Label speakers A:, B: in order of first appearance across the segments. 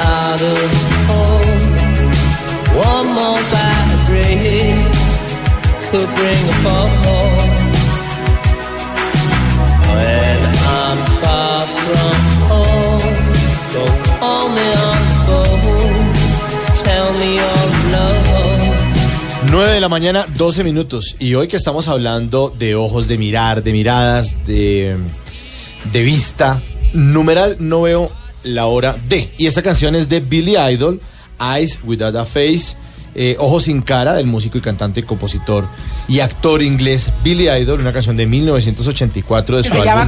A: out of home. One more bad break could bring a fall. When I'm far from home, don't call me on the phone to tell me you're alone.
B: 9 de la mañana, 12 minutos. Y hoy que estamos hablando de ojos de mirar, de miradas, de, de vista, numeral no veo la hora de. Y esta canción es de Billy Idol, Eyes Without a Face, eh, Ojos sin cara, del músico y cantante, compositor y actor inglés Billy Idol, una canción de 1984 de su
C: ¿Se llama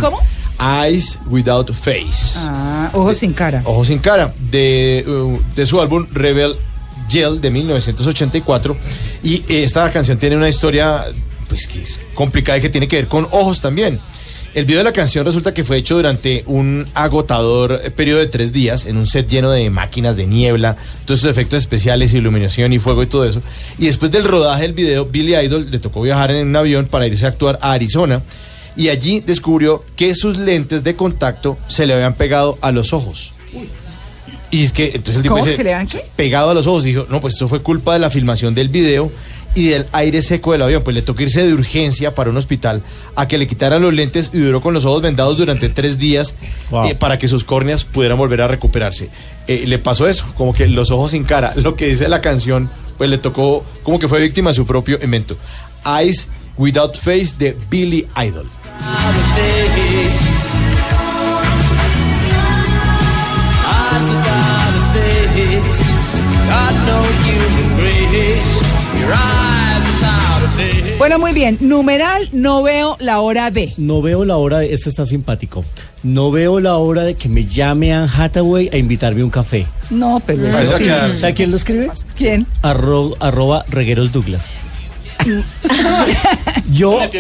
B: álbum Eyes Without Face.
C: Ah, ojos sin cara.
B: Ojos sin cara, de, uh, de su álbum Rebel Yell de 1984. Y eh, esta canción tiene una historia pues, que es complicada y que tiene que ver con ojos también. El video de la canción resulta que fue hecho durante un agotador eh, periodo de tres días en un set lleno de máquinas de niebla, todos esos efectos especiales, iluminación y fuego y todo eso. Y después del rodaje del video, Billy Idol le tocó viajar en un avión para irse a actuar a Arizona y allí descubrió que sus lentes de contacto se le habían pegado a los ojos. Y es que entonces el tipo
C: ¿Cómo?
B: dice,
C: ¿Se le dan qué?
B: pegado a los ojos, dijo, no, pues eso fue culpa de la filmación del video y del aire seco del avión, pues le tocó irse de urgencia para un hospital a que le quitaran los lentes y duró con los ojos vendados durante tres días
D: Wow.
B: eh, para que sus córneas pudieran volver a recuperarse. Eh, le pasó eso, como que los ojos sin cara, lo que dice la canción, pues le tocó, como que fue víctima de su propio invento. Eyes Without Face de Billy
A: Out
B: Idol.
A: of face. Eyes without a face. Got no human grace. Your eyes without a face.
C: Bueno, muy bien. Numeral, no veo la hora de.
D: No veo la hora de. Esto está simpático. No veo la hora de que me llame Anne Hathaway a invitarme a un café.
C: No, pero
D: Ah,
B: Ahí se va
C: eso
B: a
C: sí.
B: quedar.
D: ¿Sabe quién lo escribe?
C: ¿Quién?
D: Arro- arroba Regueros Douglas. yo, eh,
B: Ahí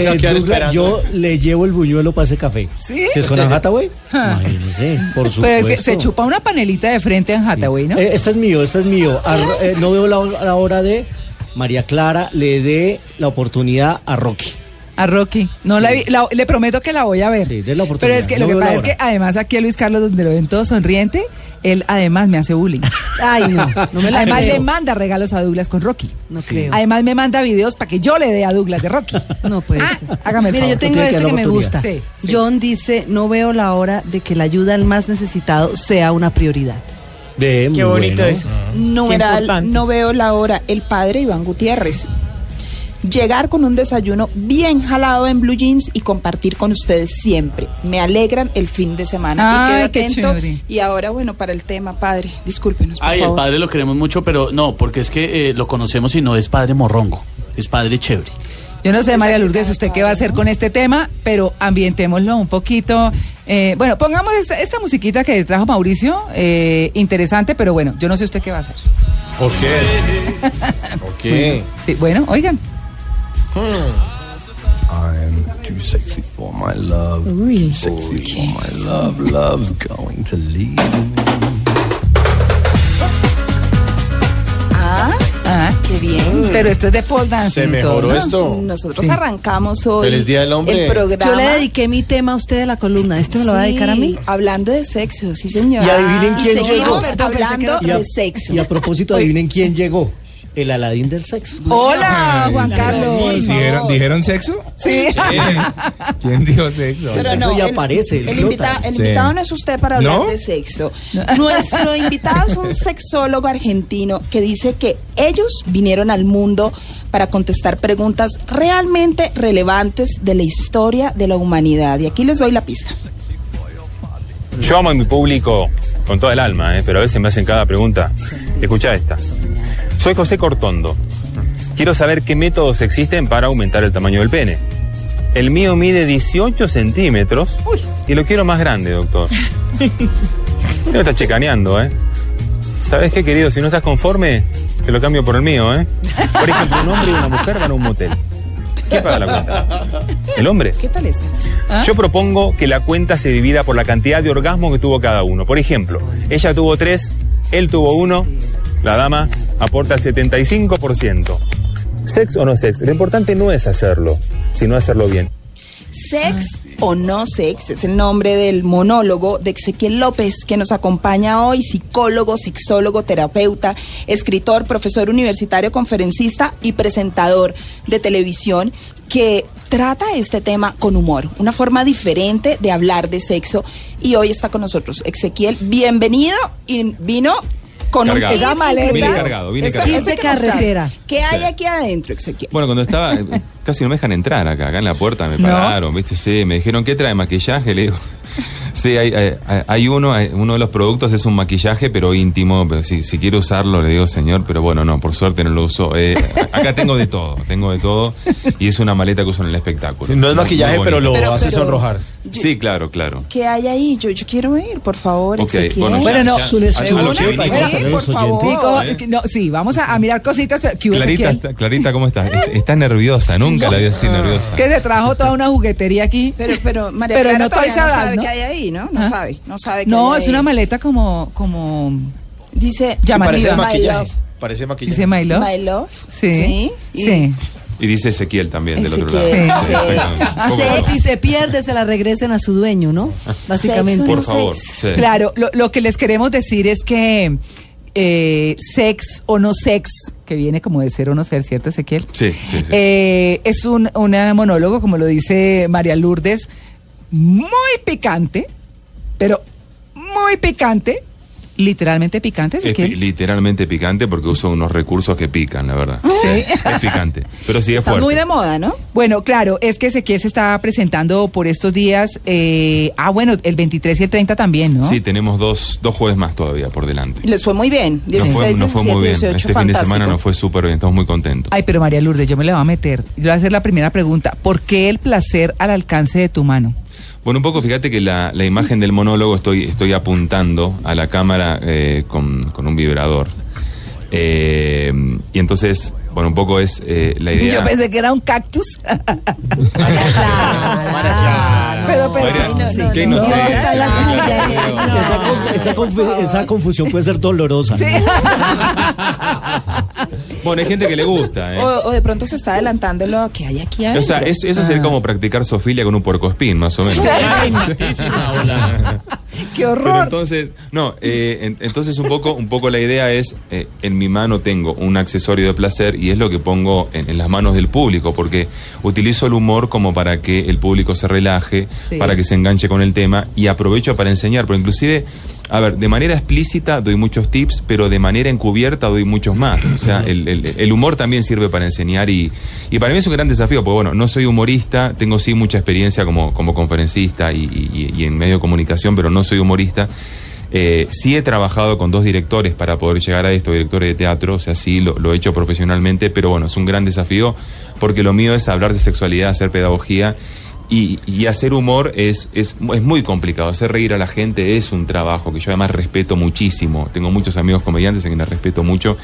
B: se va a
D: eh,
B: quedar
D: Douglas,
B: esperando.
D: yo le llevo el buñuelo para ese café.
C: ¿Sí?
D: Si es con Anne Hathaway, imagínense, por supuesto.
C: Pero es que Pues, se chupa una panelita de frente a Hathaway, ¿no?
D: Eh, este es mío, este es mío. Arro- eh, no veo la, la hora de María Clara le dé la oportunidad a Rocky.
C: A Rocky. No la vi, la- le prometo que la voy a ver.
D: Sí, dé
C: Pero
D: la oportunidad.
C: es que
D: No
C: lo que
D: veo la
C: pasa es que
D: hora.
C: además aquí a Luis Carlos, donde lo ven todo sonriente, él además me hace bullying. Ay, no. además
E: creo.
C: le manda regalos a Douglas con Rocky.
E: No creo.
C: Además me manda videos para que yo le dé a Douglas de Rocky.
E: no puede
C: Ah,
E: ser.
C: hágame el
E: Mira, yo
C: favor, tú
E: tengo
D: tienes que
E: este
D: dar
E: que me
D: oportunidad.
E: gusta.
C: Sí, sí.
E: John dice, no veo la hora de que la ayuda al más necesitado sea una prioridad.
D: Bien,
F: Qué
D: muy
F: bonito
D: bueno.
F: eso.
G: Numeral,
F: importante.
G: no veo la hora. El padre Iván Gutiérrez. Llegar con un desayuno bien jalado en blue jeans y compartir con ustedes siempre. Me alegran el fin de semana.
C: Ay,
G: y
C: qué
G: quedo atento.
C: chévere.
G: Y ahora, bueno, para el tema, padre, discúlpenos. Por
H: Ay, el
G: favor.
H: padre lo queremos mucho, pero no, porque es que eh, lo conocemos y no es padre morrongo, es padre chévere.
C: Yo no sé, María Lourdes, usted qué va a hacer con este tema, pero ambientémoslo un poquito. Eh, bueno, pongamos esta, esta musiquita que trajo Mauricio, eh, interesante, pero bueno, yo no sé usted qué va a hacer.
B: ¿Por qué? ¿Por qué?
C: Sí, bueno, oigan.
I: I'm too sexy for my love. Too sexy for my love. Love's going to leave me.
C: Ah,
G: Qué bien.
C: pero esto es de Paul Dance.
B: ¿Se mejoró esto?
G: Nosotros
C: Sí.
G: arrancamos hoy
B: Feliz Día del Hombre.
G: el programa.
E: Yo le dediqué mi tema a usted de la columna. ¿Este me lo va a dedicar a
G: Sí,
E: mí?
G: Hablando de sexo, sí, señor.
D: Y adivinen
G: Ah, Y
D: quién llegó.
E: Perdón,
G: seguimos
E: pensé que era-
G: hablando
D: Y a,
G: de sexo.
D: y a propósito, adivinen quién llegó. El Aladín del sexo.
C: Hola, Ah, Juan Carlos.
D: Dijeron-
G: dijeron
F: sexo?
C: Sí.
F: ¿Quién dijo sexo?
G: Pero no, el- El, invita- el
F: Sí.
G: invitado no es usted para hablar
F: ¿No?
G: de sexo. Nuestro invitado es un sexólogo argentino que dice que ellos vinieron al mundo para contestar preguntas realmente relevantes de la historia de la humanidad. Y aquí les doy la pista.
J: Yo amo a mi público con toda el alma, ¿eh? pero a veces me hacen cada pregunta. Escucha esta. Soy José Cortondo. Quiero saber qué métodos existen para aumentar el tamaño del pene. El mío mide 18 centímetros y lo quiero más grande, doctor. No me estás checaneando, ¿eh? ¿Sabes qué, querido? Si no estás conforme, te lo cambio por el mío, ¿eh? Por ejemplo, un hombre y una mujer van a un motel. ¿Qué paga la cuenta? ¿El hombre?
G: ¿Qué tal esta?
J: Yo propongo que la cuenta se divida por la cantidad de orgasmos que tuvo cada uno. Por ejemplo, ella tuvo tres, él tuvo uno, la dama aporta el 75%. ¿Sex o no sex? Lo importante no es hacerlo, sino hacerlo bien.
F: Ah,
G: Sex o no sex es el nombre del monólogo de Ezequiel López, que nos acompaña hoy, psicólogo, sexólogo, terapeuta, escritor, profesor universitario, conferencista y presentador de televisión, que trata este tema con humor, una forma diferente de hablar de sexo. Y hoy está con nosotros Ezequiel, bienvenido y vino con
F: Cargado.
G: un kit
F: Vine
G: incluido.
F: cargado, vine
G: Esto-
F: cargado.
G: esto hay
F: Kit
G: que mostrar.
E: carretera.
G: ¿Qué hay aquí adentro, Ezequiel?
F: Bueno, cuando estaba, eh, casi no me dejan entrar acá, acá en la puerta me pararon, ¿viste? Sí, me dijeron, ¿qué trae maquillaje? Le digo, sí, hay, hay- hay uno, hay- uno de los productos es un maquillaje, pero íntimo, pero si, si quiero usarlo, le digo, señor, pero bueno, no, por suerte no lo uso. Eh, a- acá tengo de todo, tengo de todo, y es una maleta que uso en el espectáculo.
B: No es
F: Muy-
B: maquillaje,
F: muy
B: pero lo
F: bonito.
B: hace Pero- sonrojar.
F: Sí, claro, claro.
G: ¿Qué hay ahí? Yo, yo quiero ir, por favor,
F: Ok,
G: Ezequiel.
F: bueno, ya, Bueno, no, ya. su deseo, A lo que ¿no? vinimos.
G: Sí,
F: Para
G: por
F: los
G: favor.
F: oyentes.
C: Digo, es que no, sí, vamos a, a mirar cositas. pero- ¿Qué hubo,
F: Clarita,
C: Ezequiel?
F: está- Clarita, ¿cómo estás? Es- Está nerviosa, nunca la vi así nerviosa.
C: Ah. Que se trajo toda una juguetería aquí.
G: Pero, pero, María
C: pero
G: Clara
C: no
G: todavía
C: todavía
G: no
C: sabrás,
G: sabe
C: ¿no?
G: qué hay ahí, ¿no? No
C: Ah.
G: sabe, no sabe qué
C: No,
G: hay
C: es una
G: ahí.
C: maleta como, como
G: Dice,
B: Parece
C: llamativa.
B: maquillaje. Parece maquillaje.
C: Dice My Love.
G: My Love.
C: Sí.
G: Sí.
C: Sí.
F: Y dice Ezequiel también, del otro lado.
E: Ezequiel,
F: Sí,
E: sí.
F: exactamente. ¿Cómo no?
E: Si se pierde, se la regresen a su dueño, ¿no? Básicamente.
F: Por favor. sí.
C: Claro, lo, lo que les queremos decir es que eh, sex o no sex, que viene como de ser o no ser, ¿cierto, Ezequiel?
F: Sí, sí, sí.
C: Eh, es un una monólogo, como lo dice María Lourdes, muy picante, pero muy picante, literalmente picante,
F: Es pi-
C: Ezequiel.
F: literalmente picante porque uso unos recursos que pican, la verdad.
C: Sí.
F: Es picante. Pero sí es
G: Está
F: fuerte.
G: muy de moda, ¿no?
C: Bueno, claro, es que Ezequiel se está presentando por estos días. eh, ah, bueno, el 23 y el 30 también, ¿no?
F: Sí, tenemos dos, dos jueves más todavía por delante.
G: Les fue muy bien. 16,
F: Nos fue, nos fue
G: 17,
F: muy bien.
G: 18,
F: este fin de
G: fantástico.
F: semana nos fue súper bien, estamos muy contentos.
C: Ay, pero María Lourdes, yo me la voy a meter. Yo voy a hacer la primera pregunta. ¿Por qué el placer al alcance de tu mano?
F: Bueno, un poco fíjate que la, la imagen del monólogo estoy, estoy apuntando a la cámara eh, con, con un vibrador. Eh, y entonces, bueno, un poco es eh, la idea.
C: Yo pensé que era un cactus.
E: Pero, pero,
F: María,
E: ay, no, no,
F: qué
E: no, no,
F: inocencia.
E: está en las millas, eh.
D: Esa, conf- esa conf- esa confusión puede ser dolorosa. ¿no?
F: Bueno, hay gente que le gusta,
C: Oh.
F: ¿eh?
G: O, o de pronto se está adelantando lo que hay aquí adentro.
F: O sea, es- eso
C: Ah.
F: sería como practicar sofilia con un puercoespín, más o menos.
C: ¡Qué
F: Pero entonces, no, eh, en- entonces un poco, un poco la idea es, eh, en mi mano tengo un accesorio de placer y es lo que pongo en, en las manos del público, porque utilizo el humor como para que el público se relaje,
K: Sí.
F: para que se enganche con el tema y aprovecho para enseñar, pero inclusive, a ver, de manera explícita doy muchos tips, pero de manera encubierta doy muchos más. O sea, el, el- el humor también sirve para enseñar y, y para mí es un gran desafío, porque bueno, no soy humorista, tengo sí mucha experiencia como, como conferencista y, y- y en medio de comunicación, pero no soy humorista. Eh, sí he trabajado con dos directores para poder llegar a esto, directores de teatro, o sea, sí lo, lo he hecho profesionalmente, pero bueno, es un gran desafío porque lo mío es hablar de sexualidad, hacer pedagogía y, y hacer humor es, es, es muy complicado. Hacer reír a la gente es un trabajo que yo además respeto muchísimo. Tengo muchos amigos comediantes a quienes respeto mucho.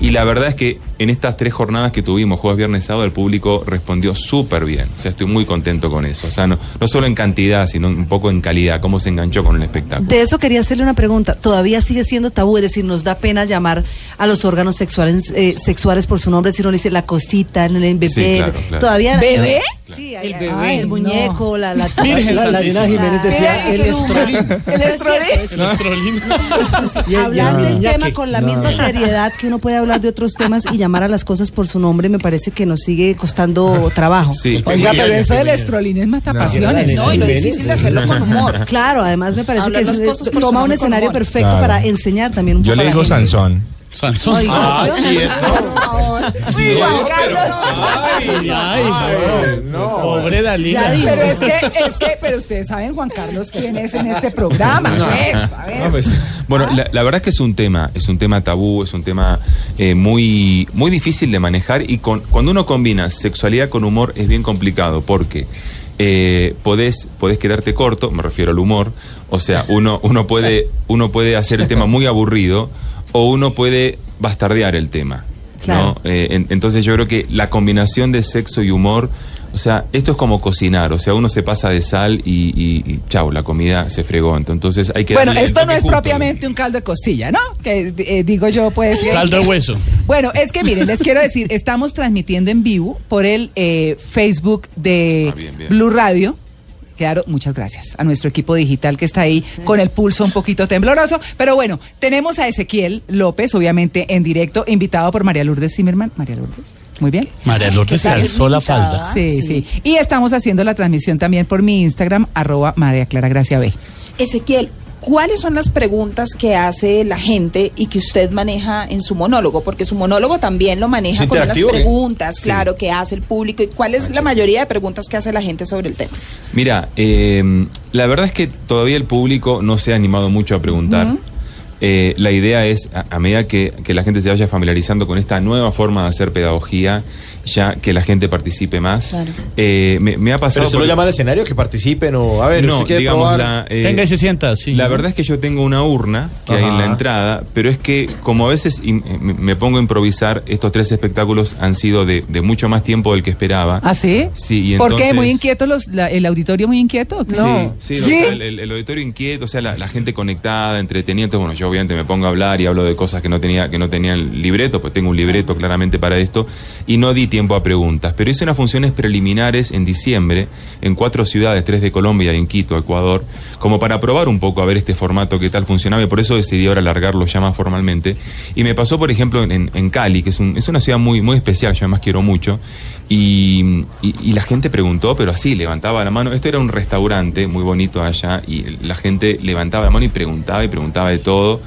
F: Y la verdad es que en estas tres jornadas que tuvimos, jueves, viernes, sábado, el público respondió súper bien. O sea, estoy muy contento con eso. O sea, no, no solo en cantidad, sino un poco en calidad, cómo se enganchó con el espectáculo.
E: De eso quería hacerle una pregunta. Todavía sigue siendo tabú, es decir, nos da pena llamar a los órganos sexuales eh, sexuales por su nombre, si no le dice la cosita, el bebé.
F: Sí, claro, claro.
E: Todavía Eh,
C: ¿Bebé?
E: Sí,
C: el
E: ay, el muñeco. muñeco, la la
D: Virgen
E: la- la Elena
D: Santísima.
E: Jiménez decía
D: Ay,
E: el
D: qué
E: estrolín. El estrolín. Y el-
D: Ya,
E: Hablar del
D: ya
E: tema
D: que-
E: con la
D: no,
E: misma
D: no.
E: seriedad que uno puede hablar de otros temas y llamar a las cosas por su nombre me parece que nos sigue costando trabajo.
F: Sí,
C: Oiga,
F: sí.
C: pero eso del estrolín es matapasiones.
E: No, y lo difícil de hacerlo con humor. Claro, además me parece
C: Hablar
E: que
C: las
E: es-
C: cosas por su
E: toma un
C: nombre con
E: escenario
C: humor.
E: perfecto
K: Claro.
E: para enseñar también un poco
K: Yo le
E: a la
K: digo
E: gente.
K: Sansón.
H: Sansón.
E: Ay,
K: quieto.
E: Uy, Juan Carlos.
H: Ay, ay, no, pobre Dalí.
C: Ya dije, pero es que, es que, pero ustedes saben, Juan Carlos, quién es en este programa. ¿ves? A ver.
K: No, pues,
F: Ah, Bueno, la, la verdad es que es un tema, es un tema tabú, es un tema eh, muy, muy difícil de manejar y con- cuando uno combina sexualidad con humor es bien complicado porque eh, podés, podés quedarte corto, me refiero al humor, o sea, uno, uno, puede, uno puede hacer el tema muy aburrido o uno puede bastardear el tema. ¿no? Eh, en- entonces yo creo que la combinación de sexo y humor, o sea, esto es como cocinar, o sea, uno se pasa de sal y, y, y chau, la comida se fregó. Entonces hay que
C: Bueno,
F: darle el
C: esto no
F: toque
C: es
F: justo.
C: propiamente un caldo de costilla, ¿no? Que eh, digo yo, pues. que-
H: Caldo de hueso.
C: Bueno, es que miren, les quiero decir, estamos transmitiendo en vivo por el eh, Facebook
F: Ah,
C: de Blue Radio. Claro, muchas gracias a nuestro equipo digital que está ahí con el pulso un poquito tembloroso. Pero bueno, tenemos a Ezequiel López, obviamente en directo, invitado por María Lourdes Zimmerman. María Lourdes, muy bien.
H: María Lourdes se alzó la
G: Ah,
H: falda.
C: Sí, sí, Y estamos haciendo la transmisión también por mi Instagram, arroba María Clara Gracia B.
G: Ezequiel, ¿cuáles son las preguntas que hace la gente y que usted maneja en su monólogo? Porque su monólogo también lo maneja
B: ¿Es
G: con unas
B: interactivo, qué?
G: preguntas, claro, que hace el público. ¿Y cuál es la mayoría de preguntas que hace la gente sobre el tema?
F: Mira, eh, la verdad es que todavía el público no se ha animado mucho a preguntar. Eh, la idea es, a, a medida que, que la gente se vaya familiarizando con esta nueva forma de hacer pedagogía, ya que la gente participe más. Eh, me, me ha pasado...
B: Pero usted lo
F: por-
B: llama al escenario que participen o a ver,
F: no,
B: usted quiere
F: digamos,
B: probar.
F: la, eh,
H: sienta, sí.
F: La verdad es que yo tengo una urna que hay en la
B: Ajá.
F: entrada, pero es que como a veces im- me me pongo a improvisar, estos tres espectáculos han sido de, de mucho más tiempo del que esperaba.
C: ¿Ah, sí?
F: Sí, y
C: ¿Por qué? ¿Muy
F: entonces-
C: inquieto los, la- el auditorio muy inquieto?
F: Sí, sí, o sea, el, el- el auditorio inquieto, o sea, la, la gente conectada, entretenida. Entonces, bueno, yo obviamente me pongo a hablar y hablo de cosas que no tenía, que no tenía el libreto, pues tengo un libreto claramente para esto, y no di tiempo a preguntas. Pero hice unas funciones preliminares en diciembre, en cuatro ciudades, tres de Colombia y en Quito, Ecuador, como para probar un poco a ver este formato, qué tal funcionaba, y por eso decidí ahora alargarlo ya más formalmente. Y me pasó, por ejemplo, en- en, en Cali, que es, un- es una ciudad muy, muy especial, yo además quiero mucho, y, y- y la gente preguntó, pero así, levantaba la mano. Esto era un restaurante muy bonito allá y la gente levantaba la mano y preguntaba y preguntaba de todo.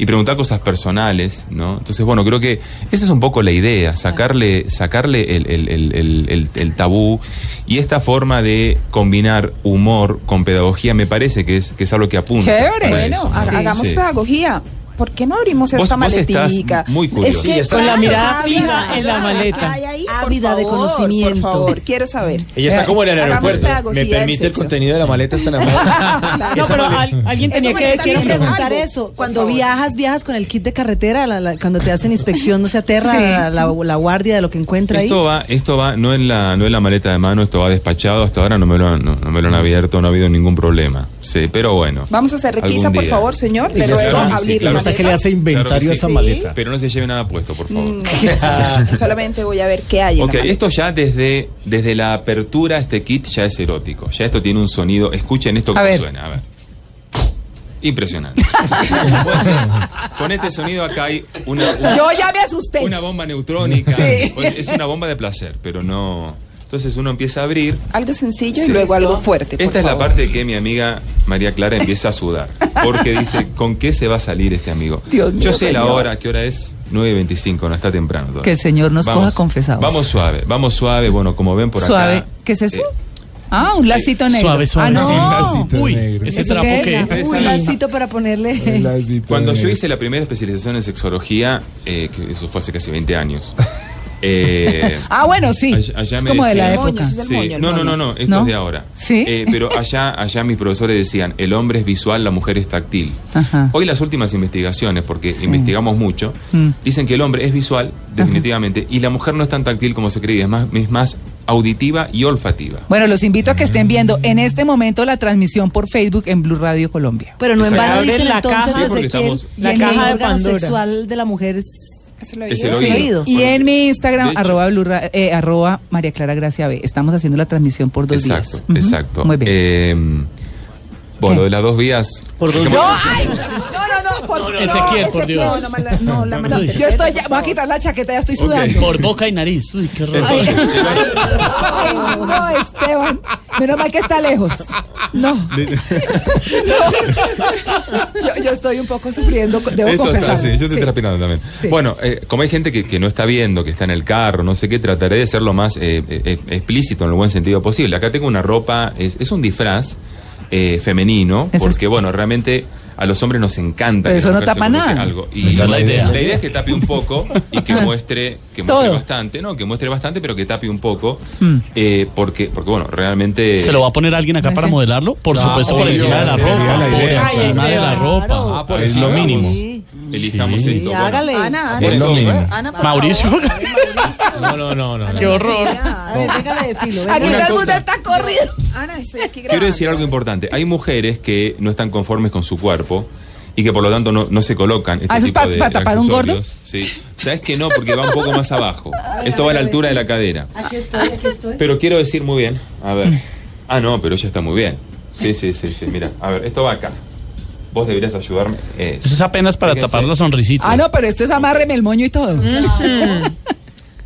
F: Y preguntaba cosas personales, ¿no? Entonces, bueno, creo que esa es un poco la idea, sacarle, sacarle el, el- el- el- el- el tabú. Y esta forma de combinar humor con pedagogía me parece que es, que es algo que apunta.
G: Chévere.
F: a
G: Bueno,
F: eso, ¿no?
G: ha- hagamos
F: Sí.
G: pedagogía. ¿Por qué no abrimos
F: Vos-
G: esta
F: vos estás
G: maletica?
F: muy curiosa. Sí, está-
E: Con la mirada
G: quiero
E: fija
G: saber,
E: en la
G: quiero saber
E: maleta.
G: qué hay ahí, por
E: Ávida de
G: favor,
E: conocimiento.
G: Por favor, quiero saber.
B: Ella está como en el
G: Hagamos
B: aeropuerto.
G: pedagogía
B: ¿Me
G: del
B: permite el
G: sexo.
B: contenido de la maleta? Está en la maleta.
E: No,
B: Esa
E: pero
B: maleta.
E: al-
D: alguien
E: tenía que decir quiero preguntar eso. Cuando viajas, viajas con el kit de carretera, la- la- cuando te hacen inspección, no se aterra
D: Sí.
E: la, la- la guardia de lo que encuentra ahí.
F: Esto va, esto va no en la, no en la maleta de mano, esto va despachado. Hasta ahora no me lo han, no, no me lo han abierto, no ha habido ningún problema. Sí, pero bueno.
G: Vamos a hacer requisa,
F: Algún
G: por
F: día.
G: favor, señor. Le
F: Sí,
G: ruego
F: claro,
G: abrir
F: sí,
G: la
F: claro
G: maleta.
F: sí. Claro
D: inventario
F: que
D: esa
F: sí.
D: maleta.
F: Pero no se lleve nada puesto, por favor.
G: Mm, Solamente voy a ver qué hay. en la
F: Ok,
G: maleta.
F: esto ya desde, desde la apertura, este kit ya es erótico. Ya esto tiene un sonido. Escuchen esto
C: A
F: como
C: ver.
F: suena. A ver. Impresionante. Entonces, con este sonido acá hay una. una-
C: Yo ya me asusté.
F: una bomba neutrónica.
C: Sí.
F: Oye, Es una bomba de placer, pero no. Entonces uno empieza a abrir.
G: Algo sencillo
F: Sí.
G: y luego algo fuerte. por
F: Esta es la
G: favor.
F: parte que mi amiga María Clara empieza a sudar. Porque dice, ¿con qué se va a salir este amigo?
C: Dios mío,
F: Yo sé la
C: señor.
F: hora, ¿qué hora es? 9.25, no está temprano todavía.
C: Que el Señor nos coja confesados.
F: Vamos suave, vamos suave. Bueno, como ven por
C: Suave.
F: acá. Eh,
C: ¿Qué es eso? ah, un lacito negro.
F: suave, suave,
C: Ah, no.
F: sí, un
C: lacito
F: Uy,
C: negro.
F: ese trapo que-
E: Un lacito para ponerle.
F: Cuando yo hice la primera especialización en sexología, eh, que eso fue hace casi 20 años. eh,
C: Ah, bueno, sí.
F: Allá, allá
C: es
F: me
C: como de la
F: decían-
C: época.
F: Sí, No, no, no, no, esto es de ahora.
C: ¿Sí?
F: Eh, pero allá, allá mis profesores decían, el hombre es visual, la mujer es táctil.
C: Ajá.
F: Hoy las últimas investigaciones, porque investigamos mucho,
C: Mm.
F: dicen que el hombre es visual, definitivamente, y la mujer no es tan táctil como se creía, es más, es más auditiva y olfativa.
C: Bueno, los invito a que estén viendo en este momento la transmisión por Facebook en Blue Radio Colombia.
E: Pero no en
F: Exacto.
E: vano
F: Abre
E: dicen
F: la
E: entonces
F: caja. Sí, porque
E: Ezequiel,
F: estamos-
E: que
C: La
E: el
C: caja de
E: órgano
C: Pandora.
E: sexual de la mujer es
G: Es el
F: Es el oído.
C: Y en mi Instagram,
F: De hecho.
C: arroba, Blue Ra- eh, arroba María Clara Gracia B. Estamos haciendo la transmisión por dos
F: Exacto,
C: días. Ujú.
F: exacto.
C: Muy bien.
F: Eh, bueno, lo de las dos vías. ¿Qué
C: No,
F: más?
C: ay,
G: No, no, no, por
H: no, Ezequiel, por Dios.
G: No, no, mala- no, la mala-
C: yo estoy ya, voy a quitar la chaqueta, ya estoy sudando.
H: Por boca y nariz. Uy, qué raro.
C: Ay, ay, no, Esteban. Menos mal que está lejos. No. No. Yo, yo estoy un poco sufriendo, debo
F: Esto está-
C: confesar.
F: sí, yo estoy terapinando también. Bueno, eh, como hay gente que, que no está viendo, que está en el carro, no sé qué, trataré de ser lo más eh, eh, eh, explícito en el buen sentido posible. Acá tengo una ropa, es, es un disfraz eh, femenino,
C: Eso es-
F: porque bueno, realmente a los hombres nos encanta.
C: Pero
F: que
C: eso no
F: la mujer se
C: tapa
F: ocupe
C: nada.
F: Algo. Y
C: Esa es la idea.
F: La idea es que tape un poco y que muestre, que muestre
C: Todo. Mm.
F: bastante, no, que muestre bastante, pero que tape un poco, eh, porque, porque bueno, realmente...
H: ¿Se lo va a poner alguien acá para modelarlo? Por
F: Ah,
H: supuesto, por
F: obvio,
H: encima de la
F: esa sería
H: ropa.
F: la
H: Por
F: idea.
H: encima de la
B: Ah,
H: ropa.
F: por Es lo encima, mínimo. Elijamos esto. bueno.
E: Hágale.
F: Por
B: Es lo
F: eso,
B: mínimo.
E: Ana, por
H: Mauricio.
B: No, no, no, no.
H: Qué horror.
E: A ver, déjale de filo.
C: Aquí todo
F: Una
C: el mundo
F: cosa.
C: está corriendo.
G: Ana, estoy aquí
F: Quiero
G: grabando.
F: decir algo importante. Hay mujeres que no están conformes con su cuerpo y que por lo tanto no, no se colocan este
C: Ah, ¿eso es
F: tipo
C: pa-
F: de
C: para tapar un gordo?
F: accesorios. Sí. Sabes que no, porque va un poco más abajo. Esto va a la altura de la cadera.
E: Aquí estoy, aquí estoy.
F: Pero quiero decir muy bien. A
C: Mm.
F: ver. Ah, no, pero ella está muy bien. Sí, sí, sí, sí. Mira, a ver, esto va acá. Vos deberías ayudarme. Eh,
H: Eso es apenas para
F: Fíjense.
H: tapar la sonrisita.
C: Ah, no, pero esto es amárreme el moño y todo.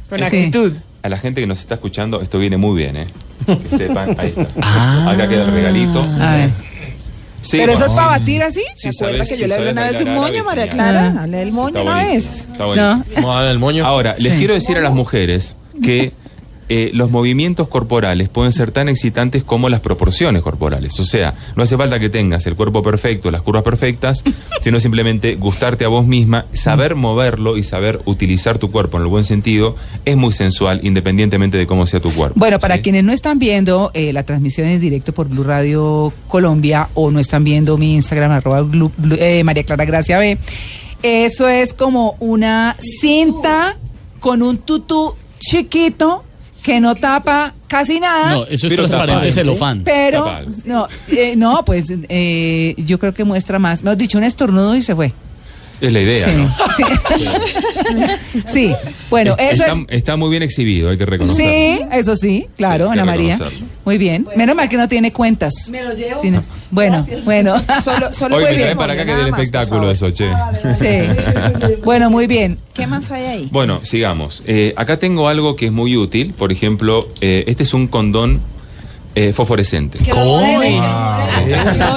F: Con actitud. A la gente que nos está escuchando, esto viene muy bien, ¿eh? Que sepan, ahí está. Acá queda el regalito.
C: Ah. A ver.
F: Sí,
C: pero eso
F: bueno,
C: es para batir así.
F: Sí,
G: ¿Se acuerda
F: sabes-
G: que
F: sí
G: yo le hablé
F: sabes
G: una vez de un
F: bailar
G: moño,
F: árabe,
G: María
F: genial.
G: Clara? Hablé del moño una vez.
F: Está buenísimo. Ahora, les
C: Sí.
F: quiero decir a las mujeres que eh, los movimientos corporales pueden ser tan excitantes como las proporciones corporales. O sea, no hace falta que tengas el cuerpo perfecto, las curvas perfectas, sino simplemente gustarte a vos misma,
C: Mm.
F: saber moverlo y saber utilizar tu cuerpo en el buen sentido es muy sensual, independientemente de cómo sea tu cuerpo.
C: Bueno, para quienes no están viendo eh, la transmisión en directo por Blue Radio Colombia o no están viendo mi Instagram, arroba Blue- Blue- eh, María Clara Gracia B, eso es como una cinta con un tutú chiquito que no tapa casi nada.
H: No, eso es
F: Pero
H: transparente
F: tapado.
H: celofán.
C: Pero,
F: eh, Tapa algo.
C: no, eh, no, pues eh, yo creo que muestra más. Me has dicho un estornudo y se fue.
F: Es la idea,
C: Sí,
F: ¿no?
C: sí. Sí, bueno,
F: Es-
C: eso
F: está,
C: es.
F: está muy bien exhibido, hay que reconocerlo.
C: Sí, eso sí, claro,
F: Sí, hay que
C: Ana María.
F: reconocerlo.
C: Muy bien. Menos mal que no tiene cuentas.
E: Me lo llevo.
C: Sí, no. Bueno, bueno.
G: Solo, solo
F: Hoy
G: fue
F: se
G: bien,
F: trae para acá
G: Jorge,
F: que dé
G: nada
F: el
G: más, por
F: espectáculo
G: favor.
F: eso, che.
C: Sí. Bueno, muy bien.
G: ¿Qué más hay ahí?
F: Bueno, sigamos. Eh, acá tengo algo que es muy útil. Por ejemplo, eh, este es un condón eh, fosforescente.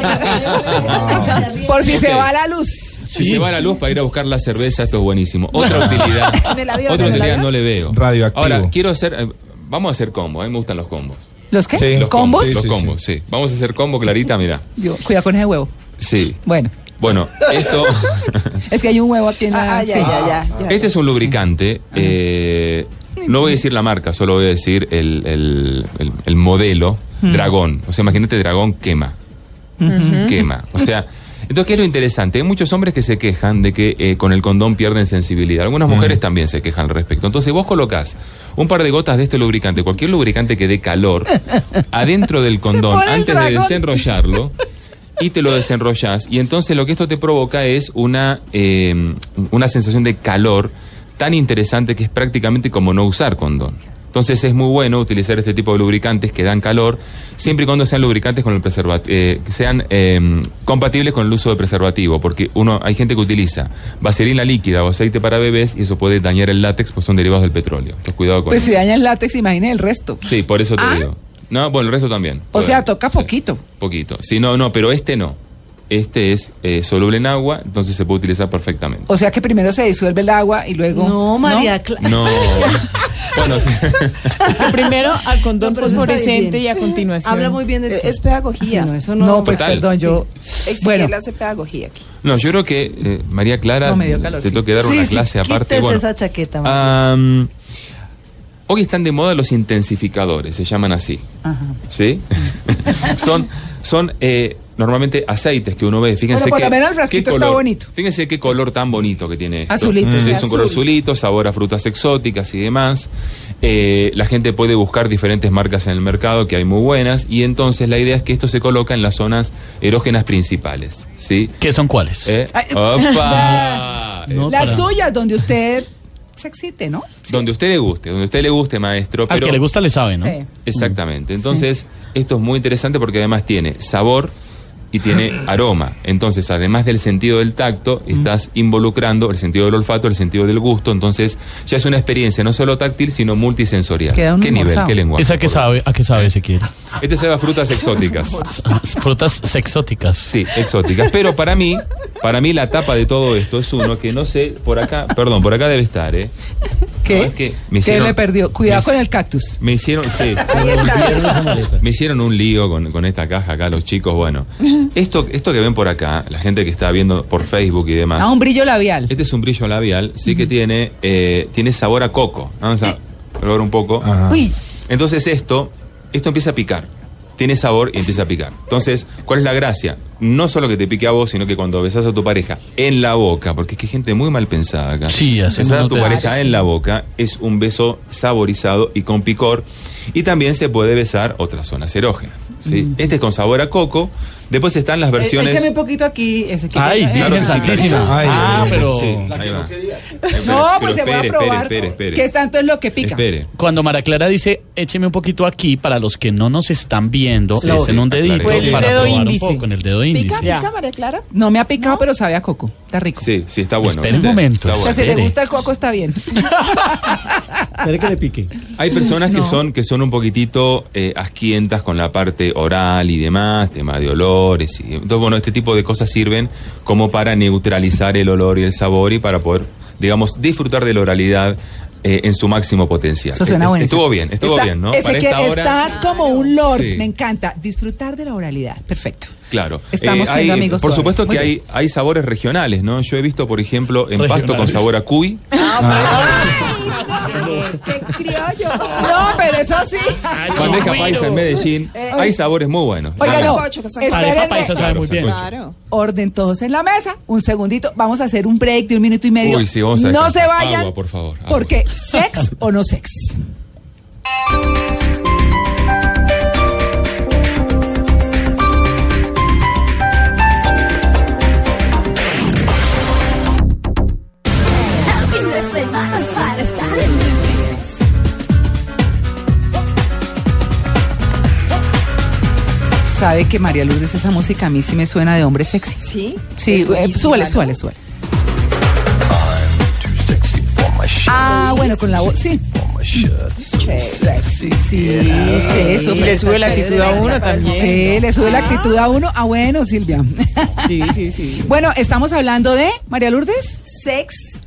G: Ah.
C: Por si se
F: Ok.
C: va la luz.
F: Si se va la luz para ir a buscar la cerveza, esto es buenísimo. Otra utilidad.
G: En el avión,
F: otra
G: en el
F: utilidad
G: avión.
F: no le veo.
B: Radioactivo.
F: Ahora, quiero hacer. eh, vamos a hacer combo. A mí me gustan los combos.
C: ¿Los qué?
B: Sí.
F: Los
C: ¿Combos?
F: Los
B: Sí, sí,
F: combos, sí. Vamos a hacer combo, Clarita, mira.
C: Yo, cuidado con ese huevo.
F: Sí.
C: Bueno,
F: Bueno, esto.
C: es que hay un huevo aquí en la...
G: Ah, ah, ya,
C: sí.
G: ya, ya, ya.
F: Este es un lubricante. eh, no voy a decir la marca, solo voy a decir el, el- el- el modelo Dragón. O sea, imagínate, Dragón quema. Quema. O sea, entonces, ¿qué es lo interesante? Hay muchos hombres que se quejan de que eh, con el condón pierden sensibilidad. Algunas mujeres también se quejan al respecto. Entonces, vos colocás un par de gotas de este lubricante, cualquier lubricante que dé calor, adentro del condón,
C: pone el
F: antes de
C: dragón.
F: desenrollarlo y te lo desenrollas y entonces lo que esto te provoca es una, eh, una sensación de calor tan interesante que es prácticamente como no usar condón. Entonces es muy bueno utilizar este tipo de lubricantes que dan calor, siempre y cuando sean lubricantes con el preservativo, que sean eh, compatibles con el uso de preservativo, porque uno hay gente que utiliza vaselina líquida o aceite para bebés y eso puede dañar el látex, pues son derivados del petróleo. Entonces cuidado con
C: Pues si
F: eso.
C: daña el látex, imagine el resto.
F: Sí, por eso te
C: Ah.
F: digo. No, bueno, el resto también.
C: O
F: Puede-
C: sea, toca
F: sí.
C: poquito.
F: Poquito. Sí, no, no, pero este no. Este es eh, soluble en agua, entonces se puede utilizar perfectamente.
C: O sea que primero se disuelve el agua y luego...
E: No, María Clara.
F: No. bueno, sí.
K: Primero al condón
E: No, pero eso está
K: fosforescente
E: bien.
K: y a continuación.
E: Habla muy bien de
G: Eh,
E: ti.
G: Es pedagogía.
E: Sí, no, eso
C: No,
E: no.
C: pues
F: Total.
C: perdón, yo...
G: Ezequiel
C: Bueno,
G: hace pedagogía aquí.
F: No, yo creo que eh, María Clara
C: No, me dio calor,
F: te
C: sí.
F: tengo que dar
E: Sí,
F: una
E: sí,
F: clase aparte.
E: quítese
F: Bueno,
E: esa chaqueta,
F: am, hoy están de moda los intensificadores, se llaman así.
C: Ajá.
F: ¿Sí? son son eh, normalmente aceites que uno ve.
C: Bueno,
F: Fíjense
C: por
F: que.
C: lo menos el
F: qué
C: frasquito está
F: color,
C: bonito.
F: Fíjense qué color tan bonito que tiene. esto.
C: Azulito,
F: Sí,
C: sí,
F: es un color
C: azul.
F: azulito, sabor a frutas exóticas y demás. Eh, la gente puede buscar diferentes marcas en el mercado que hay muy buenas. Y entonces la idea es que esto se coloca en las zonas erógenas principales. ¿Sí?
H: ¿Qué son cuáles?
F: Eh,
C: Ay.
F: ¡Opa! Eh,
H: No,
C: las
H: para-
C: suyas donde usted se excite, ¿no?
F: Donde a usted le guste, donde a usted le guste, maestro.
H: Al que le gusta le sabe, ¿no?
C: Sí.
F: Exactamente.
H: Mm.
F: Entonces, esto es muy interesante porque además tiene sabor y tiene aroma. Entonces, además del sentido del tacto,
H: Mm.
F: estás involucrando el sentido del olfato, el sentido del gusto. Entonces, ya es una experiencia no solo táctil, sino multisensorial.
H: Queda un
F: ¿Qué nivel,
H: almorzado.
F: qué lenguaje?
H: ¿Esa qué sabe? ¿A qué sabe se quiere?
F: Este se llama frutas exóticas.
H: Frutas exóticas.
F: Sí, exóticas. Pero para mí, para mí la tapa de todo esto es uno que no sé, por acá, perdón, por acá debe estar, ¿eh?
C: ¿Qué?
F: No, es que me
C: ¿Qué
F: hicieron-
C: le perdió? Cuidado
F: me-
C: con el cactus.
F: Me hicieron, sí. Me hicieron un lío con, con esta caja acá, los chicos. Bueno, esto, esto que ven por acá, la gente que está viendo por Facebook y demás.
C: A Ah, un brillo labial.
F: Este es un brillo labial, sí que tiene, eh, tiene sabor a coco. Vamos a probar un poco.
C: Uy.
F: Entonces esto, esto empieza a picar. Tiene sabor y empieza a picar. Entonces, ¿cuál es la gracia? No solo que te pique a vos, sino que cuando besás a tu pareja en la boca, porque es que hay gente muy mal pensada acá.
H: Sí, así
F: Besar a
H: no
F: tu
H: te-
F: pareja
H: Ah, sí.
F: en la boca es un beso saborizado y con picor. Y también se puede besar otras zonas erógenas. ¿sí?
H: Mm.
F: Este es con sabor a coco. Después están
C: Eh,
F: las versiones.
E: Échame un poquito aquí, ese que- Eh,
F: claro que sí, claro.
H: Ay, Ah, pero-
F: Sí,
H: La
F: ahí va.
C: No,
F: Pero-
C: pues
F: pero
C: se va a
F: espere,
C: probar.
F: espere, espere,
C: Que es
F: espere.
C: tanto es lo que pica.
F: Espere.
H: Cuando Mara Clara dice, écheme un poquito aquí, para los que no nos están viendo,
F: Sí,
H: es
F: sí,
H: en un
F: aclare.
H: dedito
F: Con el
H: para
F: dedo
H: probar
F: índice.
H: un poco, en el dedo
C: ¿Pica,
H: índice.
C: pica,
G: María Clara?
C: No me ha picado, pero sabe a coco. Está rico.
F: Sí, sí, está bueno.
H: Espere un
F: Está-
H: momento.
F: está
C: O sea, si
F: bueno.
C: le gusta el coco, está bien.
F: que le pique. Hay personas que son que son un poquitito eh, asquientas con la parte oral y demás, tema de olores. Y, entonces, bueno, este tipo de cosas sirven como para neutralizar el olor y el sabor y para poder, digamos, disfrutar de la oralidad eh, en su máximo potencial.
C: Eso suena
F: Eh,
C: buenísimo.
F: Estuvo bien, estuvo
C: Está-
F: bien, ¿no?
C: ese
F: Para
C: que
F: esta hora,
C: estás como un lord.
F: Sí.
C: Me encanta. Disfrutar de la oralidad. Perfecto.
F: claro. Eh,
C: Estamos siendo
F: hay-
C: amigos
F: Por
C: todavía.
F: supuesto
C: Muy
F: que hay, hay sabores regionales, ¿no? Yo he visto, por ejemplo, pasto con
H: Regionales.
F: sabor a cuy.
G: ¡Qué criollo!
C: No, pero eso sí.
F: Bandeja paisa en Medellín. Hay sabores muy buenos.
C: Eh, Oiga,
F: Claro.
C: no,
F: Arepa
C: espérenme.
F: paisa sabe muy bien.
C: Orden todos en la mesa. Un segundito. Vamos a hacer un break de un minuto y medio.
F: Uy, sí, vamos a
C: no se
F: descansar.
C: vayan.
F: Agua, por favor.
C: Porque sex o no sex.
A: fin de semana es para estar en mi jeans.
C: ¿Sabe que María Lourdes esa música a mí sí me suena de hombre sexy? Sí. Sí,
E: Es
C: eh,
E: buenísima,
C: súbale,
E: ¿no?
C: súbale, súbale. Ah, bueno, con la voz, sí. Sexy, sí, sí, eso.
K: Y
C: pero
K: le
C: está
K: sube la
C: chévere.
K: actitud a uno también.
C: Sí, le sube la actitud a uno. Ah, bueno, Silvia.
K: Sí, sí, sí.
C: Bueno, estamos hablando de María Lourdes.
G: Sex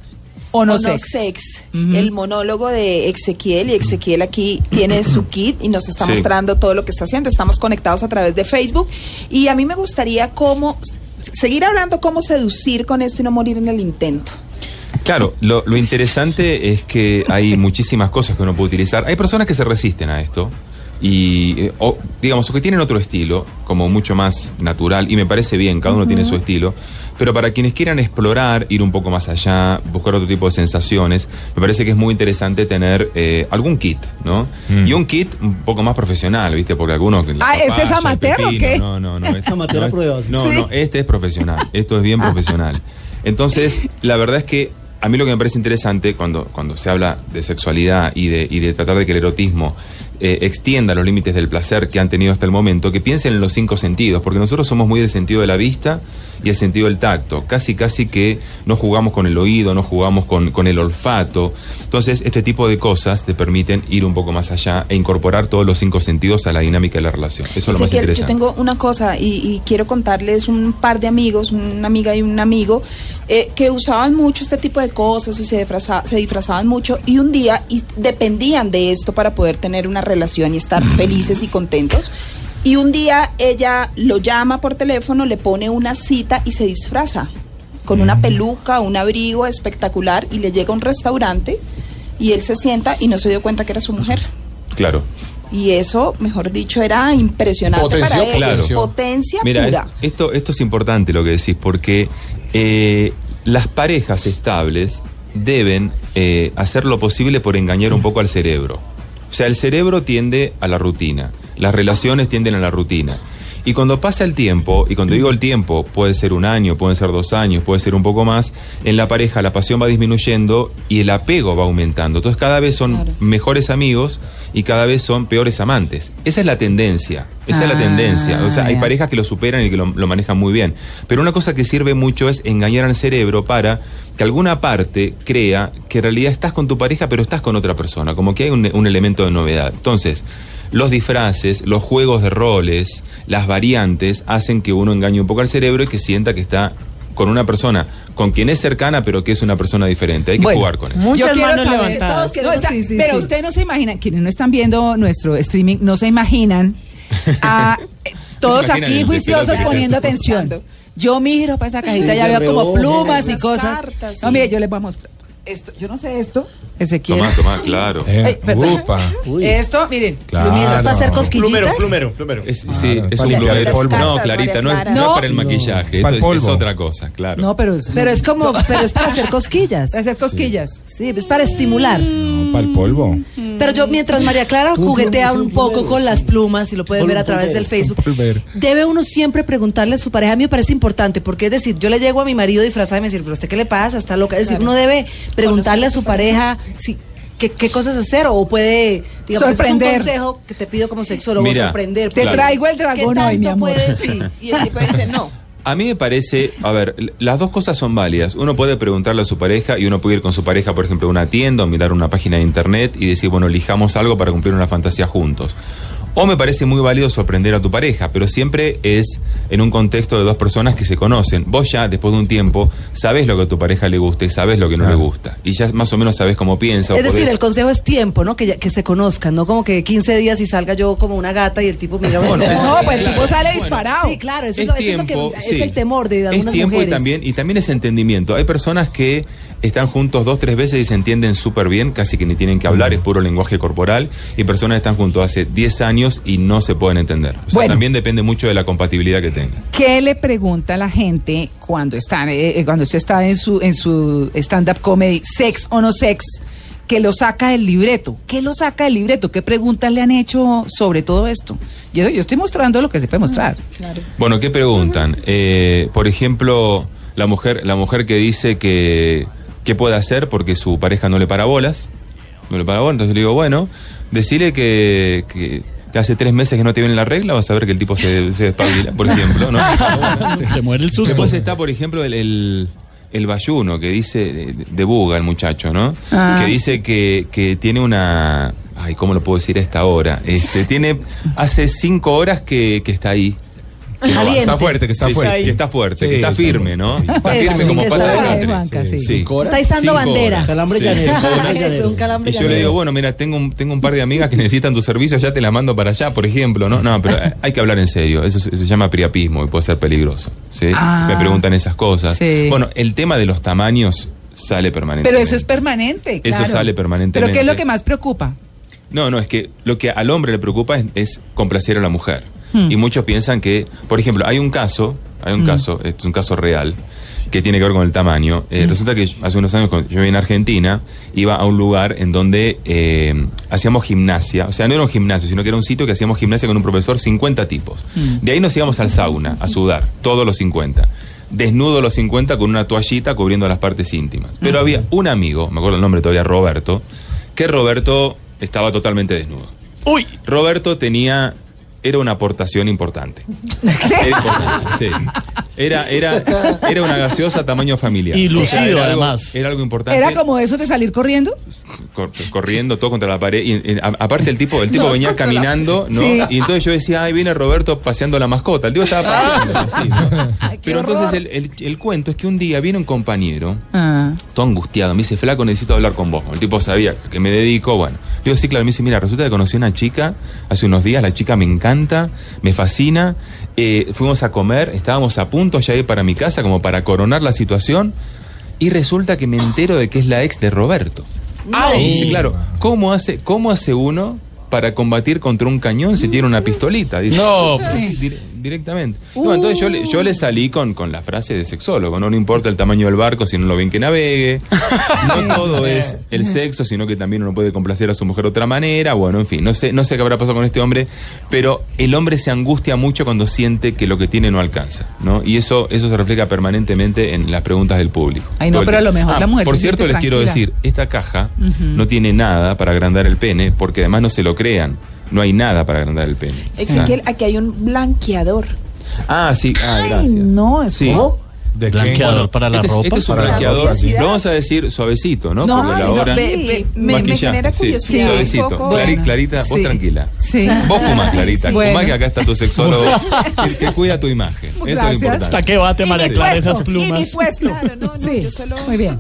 C: o no,
G: o no
C: sex.
G: sex. El monólogo de Ezequiel y Ezequiel aquí tiene su kit y nos está
C: Sí.
G: mostrando todo lo que está haciendo. Estamos conectados a través de Facebook y a mí me gustaría cómo seguir hablando cómo seducir con esto y no morir en el intento.
F: Claro, lo, lo interesante es que hay muchísimas cosas que uno puede utilizar. Hay personas que se resisten a esto y, eh, o, digamos, o que tienen otro estilo, como mucho más natural, y me parece bien, cada uno tiene su estilo. Pero para quienes quieran explorar, ir un poco más allá, buscar otro tipo de sensaciones, me parece que es muy interesante tener eh, algún kit, ¿no? Y un kit un poco más profesional, ¿viste? Porque algunos... la
C: Ah, ¿este es
F: papaya, el
C: amateur o
F: pepino,
C: qué?
F: No, no, no. este-
D: Amateur
F: no,
D: a
F: este-
D: pruebas.
F: No,
D: Sí.
F: no, este es profesional. Esto es bien
G: Ah.
F: profesional. Entonces, la verdad es que a mí lo que me parece interesante cuando, cuando se habla de sexualidad y de, y de tratar de que el erotismo eh, extienda los límites del placer que han tenido hasta el momento, que piensen en los cinco sentidos, porque nosotros somos muy del sentido de la vista y el sentido del tacto. Casi, casi que no jugamos con el oído, no jugamos con, con el olfato. Entonces, este tipo de cosas te permiten ir un poco más allá e incorporar todos los cinco sentidos a la dinámica de la relación. Eso es lo más
G: Ezequiel,
F: interesante.
G: yo tengo una cosa y, y quiero contarles un par de amigos, una amiga y un amigo, eh, que usaban mucho este tipo de cosas y se, disfraza- se disfrazaban mucho y un día y dependían de esto para poder tener una relación y estar felices y contentos. Y un día ella lo llama por teléfono, le pone una cita y se disfraza con una peluca, un abrigo espectacular y le llega a un restaurante y él se sienta y no se dio cuenta que era su mujer.
F: Claro.
G: Y eso, mejor dicho, era impresionante
F: Potenció,
G: para ellos.
F: claro.
G: Potencia
F: Mira,
G: pura.
F: es- esto, esto es importante lo que decís, porque eh, las parejas estables deben eh, hacer lo posible por engañar un poco al cerebro. O sea, el cerebro tiende a la rutina, las relaciones tienden a la rutina. Y cuando pasa el tiempo, y cuando digo el tiempo, puede ser un año, pueden ser dos años, puede ser un poco más, en la pareja la pasión va disminuyendo y el apego va aumentando. Entonces cada vez son mejores amigos y cada vez son peores amantes. Esa es la tendencia, esa es la tendencia. O sea, hay
J: ya.
F: parejas que lo superan y que lo, lo manejan muy bien. Pero una cosa que sirve mucho es engañar al cerebro para que alguna parte crea que en realidad estás con tu pareja pero estás con otra persona, como que hay un, un elemento de novedad. Entonces, los disfraces, los juegos de roles, las variantes hacen que uno engañe un poco al cerebro y que sienta que está con una persona con quien es cercana pero que es una persona diferente. Hay que
C: Bueno,
F: jugar con eso.
C: Yo quiero saber-
E: Todos queremos-
C: No, está-
E: sí, sí,
C: pero
E: sí.
C: ustedes no se imaginan, quienes no están viendo nuestro streaming, no se imaginan a eh,
E: No
C: todos
E: se imaginan
C: aquí
E: el
C: juiciosos
E: despelote que
C: poniendo
E: se está
C: atención. Yo miro para esa cajita,
E: Sí,
C: ya
E: de
C: veo como
E: reojo.
C: plumas y
E: Las
C: cosas.
E: cartas,
C: No,
E: sí.
C: mire, yo les voy a mostrar esto. Yo no sé esto. Ezequiel.
F: Tomá, tomá, claro.
B: Eh,
C: Ay, perdón. Esto, miren.
F: Claro.
C: plumitas para hacer cosquillitas.
B: Plumero, plumero, plumero.
F: Es- sí, es
B: Ah, para
F: un
B: limpiar el
F: plumero.
B: polvo.
F: No,
B: Las cartas,
F: Clarita, no es,
E: María
F: no es
E: Clara.
F: para el
E: No.
F: maquillaje,
B: Es para el
F: esto es, es
B: polvo.
F: otra cosa, claro.
E: No, pero es, pero es como, pero es para hacer cosquillas.
C: Para hacer cosquillas.
E: Sí, es para estimular.
D: Mm.
L: Para el polvo.
E: Pero yo, mientras María Clara juguetea un poco con las plumas, y lo pueden ver a través del Facebook, debe uno siempre preguntarle a su pareja. A mí me parece importante, porque es decir, yo le llego a mi marido disfrazado y me decir, pero ¿usted qué le pasa? Está loca. Es decir, uno debe preguntarle a su pareja si, qué, qué cosas hacer o puede, digamos, ese Es
C: Sorprender.
E: un consejo que te pido como sexólogo,
F: Mira,
E: sorprender.
F: Te traigo el
C: dragón
E: ¿Qué
C: hoy, mi
E: tanto
C: amor.
E: puedes? Sí, y el tipo dice, no.
F: A mí me parece, a ver, l- las dos cosas son válidas. Uno puede preguntarle a su pareja y uno puede ir con su pareja, por ejemplo, a una tienda o mirar una página de internet y decir, bueno, elijamos algo para cumplir una fantasía juntos. O me parece muy válido sorprender a tu pareja, pero siempre es en un contexto de dos personas que se conocen. Vos ya, después de un tiempo, sabés lo que a tu pareja le gusta y sabés lo que no le gusta. Y ya más o menos sabés cómo piensa. o
E: Es decir,
F: podés-
E: el consejo es tiempo, ¿no? Que, ya- que se conozcan, ¿no? Como que 15 días y salga yo como una gata y el tipo me diga, bueno,
C: No, pues el tipo sale disparado.
E: Sí, claro, eso es,
F: Es
E: lo, eso es lo
F: tiempo,
E: que
F: sí.
E: es el temor de
F: Es
E: algunas
F: tiempo
E: mujeres.
F: y también y también es entendimiento. Hay personas que están juntos dos, tres veces y se entienden súper bien, casi que ni tienen que hablar, es puro lenguaje corporal. Y personas que están juntos hace 10 años y no se pueden entender. O sea,
C: Bueno.
F: también depende mucho de la compatibilidad que tengan.
C: ¿Qué le pregunta la gente cuando están, eh, eh, cuando usted está en su, en su stand-up comedy, sex o no sex, que lo saca del libreto? ¿Qué lo saca del libreto? ¿Qué preguntas le han hecho sobre todo esto? Y eso yo estoy mostrando lo que se puede mostrar.
G: Ah,
F: Bueno, ¿qué preguntan? Eh, por ejemplo, la mujer, la mujer que dice que qué puede hacer porque su pareja no le para bolas. No le para bolas. Entonces le digo, bueno, decirle que, que- que hace tres meses que no te viene la regla, vas a ver que el tipo se, se despabila, por ejemplo, ¿no?
H: Se muere el susto.
F: Después está, por ejemplo, el, el, el bayuno, que dice, de, de buga el muchacho, ¿no?
H: Ah.
F: Que dice que, que tiene una... Ay, ¿cómo lo puedo decir a esta hora? Este, tiene, hace cinco horas que, que está ahí. Que no va.
E: Ah, Caliente.
F: Sí, sí, que está fuerte, que está firme, ¿no? Está
E: Eso,
F: firme
E: sí,
F: como
E: que
F: pata
E: está
F: de
E: fuerte,
F: catre.
E: Juanca, sí.
F: Cinco horas.
E: Está izando
F: Cinco
E: bandera.
F: horas.
E: Calambre
F: Sí,
E: llanero.
F: cinco horas.
E: Es un calambre
F: Y yo le
E: llanero.
F: digo, bueno, mira, tengo un, tengo un par de amigas que necesitan tu servicio, ya te las mando para allá, por ejemplo, ¿no? No, pero eh, hay que hablar en serio. Eso se, se llama priapismo y puede ser peligroso. ¿sí?
C: Ah.
F: Me preguntan esas cosas.
C: Sí.
F: Bueno, el tema de los tamaños sale permanentemente.
C: Pero eso es permanente.
F: Eso
C: Claro.
F: sale permanentemente.
C: Pero ¿qué es lo que más preocupa?
F: No, no, es que lo que al hombre le preocupa es, es complacer a la mujer.
C: Hmm.
F: Y muchos piensan que, por ejemplo, hay un caso, hay un
C: Mm.
F: caso, esto es un caso real, que tiene que ver con el tamaño. Eh, Resulta que hace unos años, cuando yo vivía en Argentina, iba a un lugar en donde eh, hacíamos gimnasia. O sea, no era un gimnasio, sino que era un sitio que hacíamos gimnasia con un profesor, 50 tipos. De ahí nos íbamos al sauna, a sudar, todos los 50. Desnudo los 50 con una toallita cubriendo las partes íntimas. Pero había un amigo, me acuerdo el nombre todavía, Roberto, que Roberto estaba totalmente desnudo. ¡Uy! Roberto tenía. Era una aportación importante. Era importante, sí. Era, era, era una gaseosa tamaño familiar.
H: Y
F: O sea,
H: lucido,
F: era algo-
H: además.
F: Era algo importante.
C: ¿Era como eso de salir corriendo?
F: cor- corriendo todo contra la pared. Y, y, a- aparte el tipo, el tipo
C: No,
F: venía
C: contra la-
F: caminando, ¿no?
C: Sí.
F: Y entonces yo decía, ay, viene Roberto paseando la mascota. El tipo estaba
C: Ah.
F: paseando así, ¿no? Pero entonces el, el- el cuento es que un día viene un compañero,
C: Ah.
F: todo angustiado, me dice, flaco, necesito hablar con vos. El tipo sabía que me dedico, bueno. Le digo, sí, claro, me dice, mira, resulta que conocí a una chica hace unos días, la chica me encanta, me fascina, eh, fuimos a comer, estábamos a punto ya de ir para mi casa como para coronar la situación, y resulta que me entero de que es la ex de Roberto. Y dice, claro, ¿cómo hace, ¿cómo hace uno para combatir contra un cañón si tiene una pistolita? Dice,
H: No.
F: Sí, dire- directamente. No, entonces yo le, yo le salí con, con la frase de sexólogo, ¿no? no importa el tamaño del barco, sino lo bien que navegue. No todo es el sexo, sino que también uno puede complacer a su mujer de otra manera. Bueno, en fin, no sé, no sé qué habrá pasado con este hombre, pero el hombre se angustia mucho cuando siente que lo que tiene no alcanza, ¿no? Y eso, eso se refleja permanentemente en las preguntas del público.
C: Ay, no,
F: Todo el
C: pero a lo
F: tiempo. Ah,
C: mejor la mujer
F: Por
C: se
F: cierto,
C: siente
F: les quiero
C: tranquila.
F: decir, esta caja
C: Ujú.
F: no tiene nada para agrandar el pene, porque además no se lo crean. No hay nada para agrandar el pene.
G: Ezequiel, aquí hay un blanqueador.
F: Ah, sí. Ah,
G: Ay,
F: gracias.
G: no, es
F: Sí.
H: ¿De blanqueador para la
F: este es-
H: ropa?
F: este es un
H: Para la
F: blanqueador.
H: ropa, sí.
F: Lo vamos a decir suavecito, ¿no?
G: No,
F: Porque la
G: no,
F: hora.
G: ve- ve- me- me
F: Maquillaje,
G: genera
F: sí,
G: curiosidad un
F: suavecito.
G: poco.
F: Clari-
G: Bueno.
F: Clarita, vos
G: Sí.
F: tranquila.
G: Sí.
F: Vos fumás, Clarita.
H: Bueno.
F: Fumás que acá está tu sexólogo que, que cuida tu imagen. Eso es lo importante.
H: Hasta que bate María Clara esas plumas.
G: Claro, no, no, yo solo.
C: Muy bien.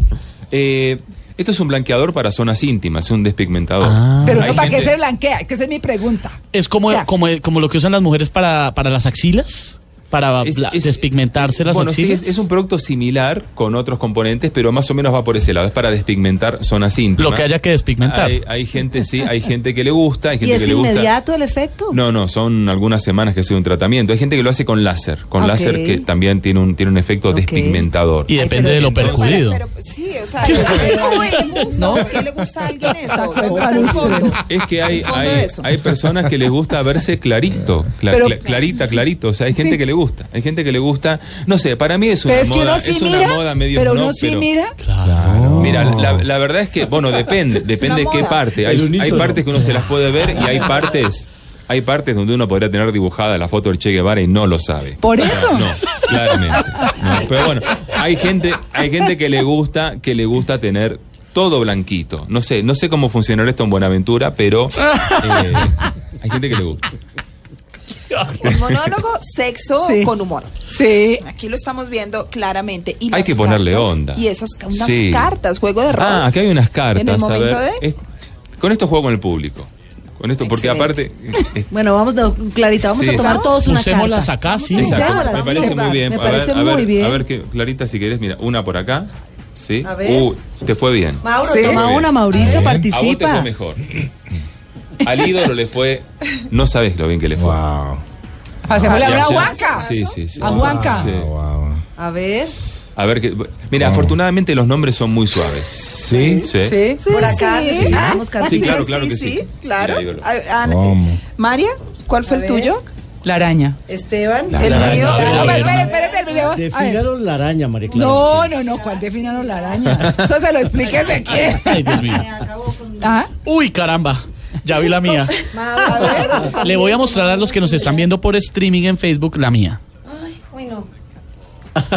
F: Eh, esto es un blanqueador para zonas íntimas, es un despigmentador.
C: Pero
F: Hay
C: uno para qué
F: gente-
C: se blanquea, que esa es mi pregunta.
H: Es como,
C: O sea-
H: como, como lo que usan las mujeres para, para las axilas, para bla- despigmentarse las
F: Bueno, sí,
H: axilas.
F: es, es un producto similar con otros componentes, pero más o menos va por ese lado. Es para despigmentar zonas íntimas.
H: Lo que haya que despigmentar.
F: Hay, hay gente, sí, hay gente que le gusta, hay
E: ¿Y
F: gente
E: es
F: que le gusta.
E: inmediato el efecto?
F: No, no, son algunas semanas que ha sido un tratamiento. Hay gente que lo hace con láser, con
E: Ok.
F: láser que también tiene un, tiene un efecto despigmentador.
H: Y depende de lo percudido.
G: Sí, o sea, es ¿no? ¿Qué le gusta a alguien eso? Le gusta el fondo.
F: Es que hay,
E: Ah,
G: fondo
F: hay,
G: de eso.
F: hay personas que les gusta verse clarito, cla-
E: Pero-
F: cla- clarita, clarito. O sea, hay gente que le gusta. Hay gente que le gusta. No sé, para mí es una
E: Pero es que
F: moda.
E: uno sí
F: es una moda
E: mira,
F: medio
E: pero uno
F: snob,
E: sí
F: pero-
E: mira.
F: Mira, la, la verdad es que, bueno, depende, depende de
E: una
F: qué
E: moda.
F: parte.
E: El
F: Hay,
E: unísono.
F: hay partes que uno se las puede ver y hay partes, hay partes donde uno podría tener dibujada la foto del Che Guevara y no lo sabe.
C: Por eso.
F: No, claramente. No, pero bueno, hay gente, hay gente que le gusta, que le gusta tener todo blanquito. No sé, no sé cómo funcionará esto en Buenaventura, pero eh, hay gente que le gusta.
G: Un monólogo, sexo
C: Sí.
G: con humor.
C: Sí.
G: Aquí lo estamos viendo claramente. Y
F: Hay
G: las
F: que ponerle
G: cartas,
F: onda.
G: Y esas ca- unas
F: Sí.
G: cartas, juego de rol.
F: Ah, aquí hay unas cartas.
G: En el
F: a
G: momento
F: ver. Es- con esto juego con el público. Con esto, porque aparte
E: Bueno, vamos, no, Clarita, vamos
F: Sí,
E: a tomar
F: sí.
E: todos una
H: Usémoslas
E: carta.
H: acá, sí.
F: Exacto,
E: Usémoslas,
F: Me parece
E: usémoslas.
F: muy bien.
E: Me
F: a ver,
E: parece
F: a ver,
E: muy bien.
F: a ver que, Clarita, si querés, mira, una por acá. ¿Sí?
E: A ver.
F: Uh, te fue bien.
E: Mauro,
F: Te
E: toma
F: fue bien.
E: una, Mauricio,
F: A vos te
E: participa.
F: fue mejor. Al ídolo le fue. No sabés lo bien que le fue. Wow.
C: Pasémosle a una huanca.
F: Sí, sí, sí.
C: A huanca.
F: Sí.
E: A ver.
F: A ver, que, mira, afortunadamente los nombres son muy suaves. ¿Sí? Sí.
G: Por acá,
E: sí.
G: sí.
E: Ah, sí,
G: cartitas.
F: claro, claro que sí.
G: claro.
F: Mira, ídolo.
G: Ah, ah, María, ¿cuál fue el tuyo?
C: La araña.
G: Esteban,
D: La-
G: el
D: la-
G: mío.
D: la-
C: No,
D: la-
C: pero espere, espere, terminemos. A ver.
D: Definaron la araña, María Clara.
C: No, no, no, ¿cuál definaron la araña? Eso se lo explique Ezequiel.
H: Ay, Dios mío.
C: ¿Ah?
H: Uy, caramba. Ya vi la mía. Le voy a mostrar a los que nos están viendo por streaming en Facebook la mía.
G: Uy, no.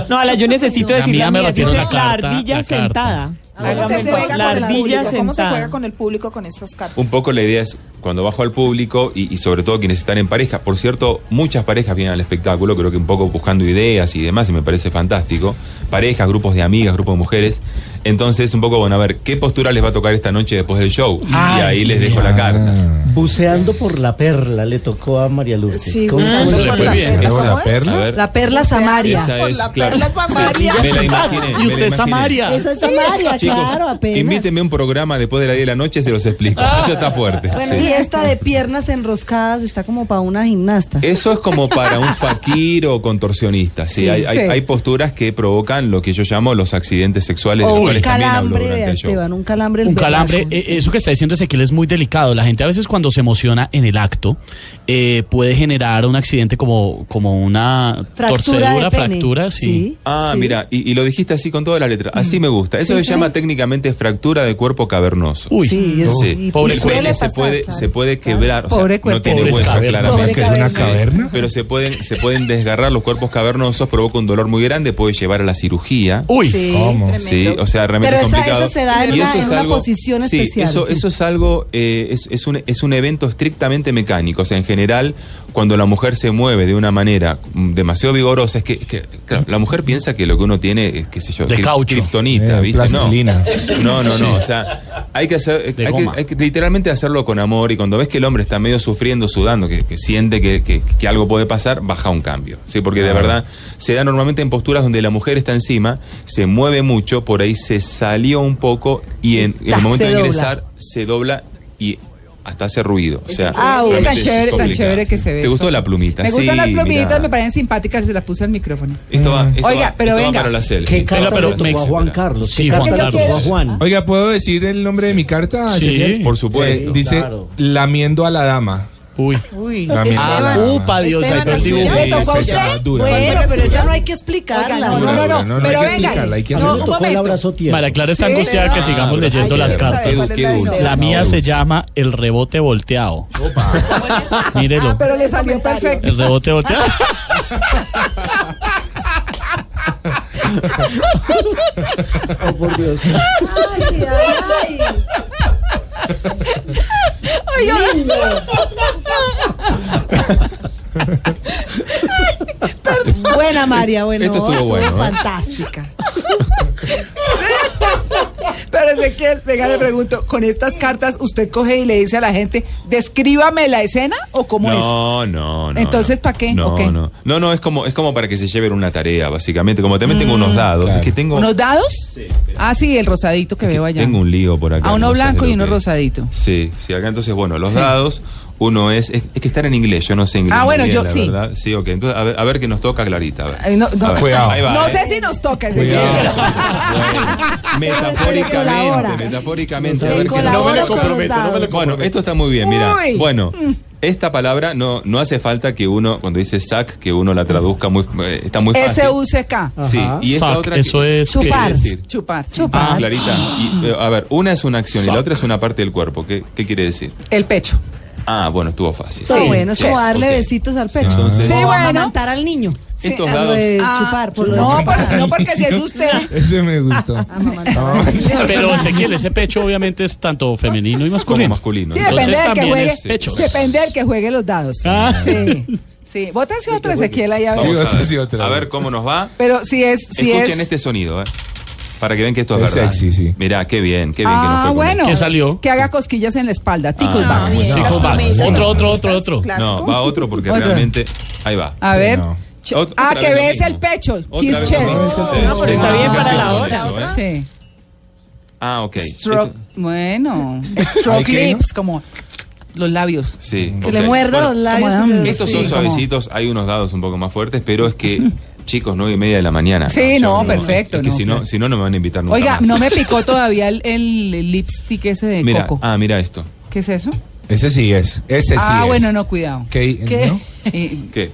K: No, a la yo necesito
H: La
K: decir
H: mía
K: la
H: me
K: mía.
H: refiero
K: Dice
H: a
K: la,
H: la carta,
K: ardilla
H: la carta.
K: sentada.
G: ¿Cómo
K: Hágame
G: Ah, se,
K: un
G: juega
K: favor,
G: con
K: la
G: el
K: ardilla
G: público? ¿Cómo se
K: sentada.
G: juega con el público con estas cartas?
F: Un poco la idea es cuando bajo al público y, y sobre todo quienes están en pareja. Por cierto, muchas parejas vienen al espectáculo, creo que un poco buscando ideas y demás, y me parece fantástico. Parejas, grupos de amigas, grupos de mujeres. Entonces, un poco, bueno, a ver, ¿qué postura les va a tocar esta noche después del show? y ahí les dejo la carta.
D: Buceando por la perla le tocó a María Lourdes.
G: Sí,
D: ¿Cómo
G: buceando
D: se
G: por
D: llama?
G: la perla. ¿Cómo es?
F: A ver,
E: La perla Samaria.
F: esa es,
G: la
F: claro.
G: perla Samaria.
F: Me la imaginé. me
H: Y usted
F: la
H: es
F: imaginé.
H: Samaria.
E: Esa es Samaria,
F: Chicos,
E: claro, apenas.
F: Invítenme a un programa después de la 10 de la noche, se los explico. Eso está fuerte.
E: Bueno,
F: sí.
E: y esta de piernas enroscadas está como para una gimnasta.
F: Eso es como para un fakir o contorsionista. Sí,
E: Sí,
F: hay,
E: sí.
F: hay- hay posturas que provocan lo que yo llamo los accidentes sexuales, de
E: O
F: los
E: un
F: cuales también hablo
E: calambre,
F: durante
E: vea,
F: el show.
E: Esteban, un calambre. en
H: Un
E: los
H: calambre,
E: sacos.
H: eh, eso que está diciendo Ezequiel es muy delicado. La gente a veces cuando se emociona en el acto eh, puede generar un accidente como, como una
E: Fractura de
H: torcedura,
E: pene.
H: fractura, sí.
E: Sí.
F: Ah,
E: Sí. Mm.
F: mira, y, y lo dijiste así con toda la letra. Así me gusta. Eso
E: Sí,
F: se
E: sí.
F: llama técnicamente fractura de cuerpo cavernoso.
H: Uy,
E: Sí, es-
F: Sí.
E: y-
H: Pobre
E: y
F: el
E: suele
F: pene se
E: pasar,
F: puede,
E: claro.
F: se puede quebrar, o sea,
C: Pobre
F: no
C: cuerpo.
F: tiene
C: Pobre
F: hueso
H: caverna.
F: claramente.
E: Pobre ¿Es una
F: caverna? Pero se pueden, se pueden desgarrar los cuerpos cavernosos, provoca un dolor muy grande, puede llevar a la cirugía.
H: uy.
E: Sí.
F: Sí, o sea, realmente
E: Pero esa-
F: complicado.
E: esa se da en
F: Y
E: una-
F: eso
E: en
F: es
E: una posición
F: sí,
E: especial.
F: Eso, eso es algo, eh, es, es un, es un evento estrictamente mecánico. O sea, en general, cuando la mujer se mueve de una manera mm, demasiado vigorosa, es que, es que, claro, la mujer piensa que lo que uno tiene es, qué sé yo,
H: De
F: cri-
H: caucho.
F: kriptonita,
L: Eh,
F: ¿viste?
L: plastilina.
F: No, no, no, no. O sea, hay que hacer, hay
H: De
F: que,
H: goma.
F: hay que literalmente hacerlo con amor. Y cuando ves que el hombre está medio sufriendo, sudando, que, que siente que, que- que algo puede pasar, baja un cambio. Sí, porque de
L: Ah.
F: verdad se da normalmente en posturas donde la mujer está encima, se mueve mucho, por ahí se salió un poco y en, en
E: Ta,
C: Ah,
F: el momento
E: se
F: de
E: dobla.
F: ingresar se dobla y hasta hace ruido. O sea,
C: Ah, uy, tan
F: realmente es
C: chévere, tan
F: complicado.
C: chévere que se ve.
F: ¿Te gustó
C: esto.
F: la plumita?
C: Me
F: Sí,
C: gustan las
F: mira.
C: plumitas, me parecen simpáticas, se las puse al micrófono.
F: Esto va, esto
C: Oiga,
F: va-
C: pero
F: esto va
C: venga.
F: para la selfie.
D: ¿Qué
F: Esto va
D: carta
F: para
D: le
F: la
D: tocó a
F: selfie.
D: Juan Carlos? ¿Qué
L: Sí,
D: carta
L: Juan
D: le
L: Carlos.
D: tocó a Juan?
L: Oiga, ¿puedo decir el nombre de mi carta?
D: Sí,
L: señor?
D: por supuesto.
L: Eh, dice
D: Claro.
L: Lamiendo a la dama.
H: Uy. Ah,
E: Uy.
L: Lamiendo a la
E: Esteban.
L: dama.
H: Upa, Dios, ahí
E: Esteban,
H: perdí
E: ¿sí
H: un-
E: le tocó a
L: Sí,
E: usted?
L: sí, dura,
E: bueno,
L: dura.
E: pero ya no hay que explicarla.
C: Oiga, no, no, no,
L: no, no, hay
C: pero
L: que
C: venga.
L: explicarla, hay que
C: No,
L: hacerlo.
C: un
L: Tocó
C: momento.
H: María Clara está
C: Sí,
H: angustiada que
C: ¿verdad?
H: sigamos
C: Ay,
H: leyendo
C: yo
H: las
C: quiero saber
H: cartas.
C: cuál es la de
H: La
C: Dora.
H: mía se llama El rebote volteado. Mírelo.
C: Ah, Pero le salió perfecto.
H: El rebote volteado.
D: Oh, por Dios.
E: Ay, ay, ay. Ay, Lindo. Buena María, bueno,
F: Esto estuvo bueno, ¿eh?
E: fantástica.
C: Pero Ezequiel, venga, le pregunto, con estas cartas usted coge y le dice a la gente, descríbame la escena o cómo es.
F: No, no, no.
C: Entonces, ¿pa' qué?
F: No,
C: ¿O qué?
F: no. No, no, es como, es como para que se lleven una tarea, básicamente. Como también tengo
C: Mm,
F: unos dados. Es que tengo,
C: ¿Unos dados? ah, sí, el rosadito que veo allá.
F: tengo un lío por acá.
C: a uno
F: no sé
C: blanco
F: de
C: y
F: lo
C: uno
F: que-
C: rosadito.
F: Sí, sí, acá entonces, bueno, los dados, uno es, es, es que estar en inglés, yo no sé inglés.
C: Ah,
F: muy
C: bueno,
F: bien,
C: yo
F: la
C: sí.
F: verdad. Sí, ok, entonces, a ver, a ver qué nos toca, Clarita. a ver.
C: Ay, no, no.
F: A ver, ahí va,
C: No
F: eh.
C: sé si nos toca Ezequiel.
F: Cuidado.
C: Ah,
F: Metafóricamente, metafóricamente.
C: Me
F: a ver qué-
C: colaboro No me le con los comprometo, no me le dados.
F: Bueno, esto está muy bien, mira.
C: Uy. Mm.
F: Bueno. Esta palabra no, no hace falta que uno, cuando dice sac, que uno la traduzca muy, eh, está muy fácil.
C: S-U-C-K.
F: Ah, Sí, y esta
H: Sac,
F: otra
H: eso es
F: ¿qué quiere
C: Chupar.
F: decir?
C: Chupar.
F: Ah,
C: Chupar.
F: Clarita. y, eh, a ver, una es una acción y la otra es una parte del cuerpo. ¿Qué, qué quiere decir?
C: El pecho.
F: Ah, bueno, estuvo fácil.
E: Pero bueno, es
F: Yes,
E: como darle
F: ok.
E: besitos al pecho.
F: Entonces- Sí,
E: como
F: bueno.
E: amamantar al niño.
F: Estos
E: a lo
F: dados-
E: de
C: Ah,
E: chupar, por lo de
C: no,
E: chupar.
C: por- no, porque si es usted.
L: Ese me gustó.
H: Pero Ezequiel, ese pecho obviamente es tanto femenino y masculino.
F: masculino.
C: Sí,
H: Entonces
C: depende del que
H: también
C: juegue.
H: es pechos.
C: Depende del que juegue los dados.
H: Ah.
C: Sí. Sí. Bótense otra, Ezequiel, ahí a ver.
F: Vamos a, ver, a ver cómo nos va.
C: Pero si es, si
F: Escuchen
C: es.
F: este sonido, eh, para que vean que esto es,
L: Es
F: verdad.
L: sexy,
F: sí. Mirá, qué bien, qué Ah, bien que nos
C: Ah,
F: fue. con
C: bueno.
F: esto.
C: Que haga cosquillas en la espalda. Tickleback.
F: bien.
H: Sí,
F: Las
H: va.
F: promesas,
H: Otro,
F: las
H: otro, otro, otro.
F: No, va otro porque
C: Otro.
F: realmente. Ahí va.
C: A ver. Ch-
F: Ot-
C: ah,
F: otra
C: que
F: vez lo
C: ves
F: mismo.
C: el pecho.
F: Otra
C: kiss
F: vez lo
C: chest.
F: mismo, sí, sí.
C: pero
F: Tengo
C: está bien
F: aplicación
C: para la
F: con
C: hora.
F: eso, ¿eh?
C: Sí.
F: Ah, ok.
C: Stroke. Bueno. Stroke
F: ¿Hay qué, no?
C: lips, como los labios.
F: Sí.
C: Que le
F: ok.
C: muerda los labios,
F: como-
C: que se le-
F: Estos
C: sí,
F: son
C: como-
F: suavecitos, hay unos dados un poco más fuertes, pero es que, chicos, nueve y media de la mañana.
C: Sí,
F: Ya
C: no,
F: uno-
C: perfecto,
F: Es que
C: no,
F: si no, si no, no me van a invitar nunca
C: Oiga,
F: más.
C: no me picó todavía el, el lipstick ese de
F: Mira,
C: coco.
F: ah, mira esto.
C: ¿Qué es eso?
L: Ese sí es. Ese sí
C: ah,
L: es.
C: bueno, no, cuidado.
L: ¿Qué? ¿no?
C: Y-
F: ¿Qué?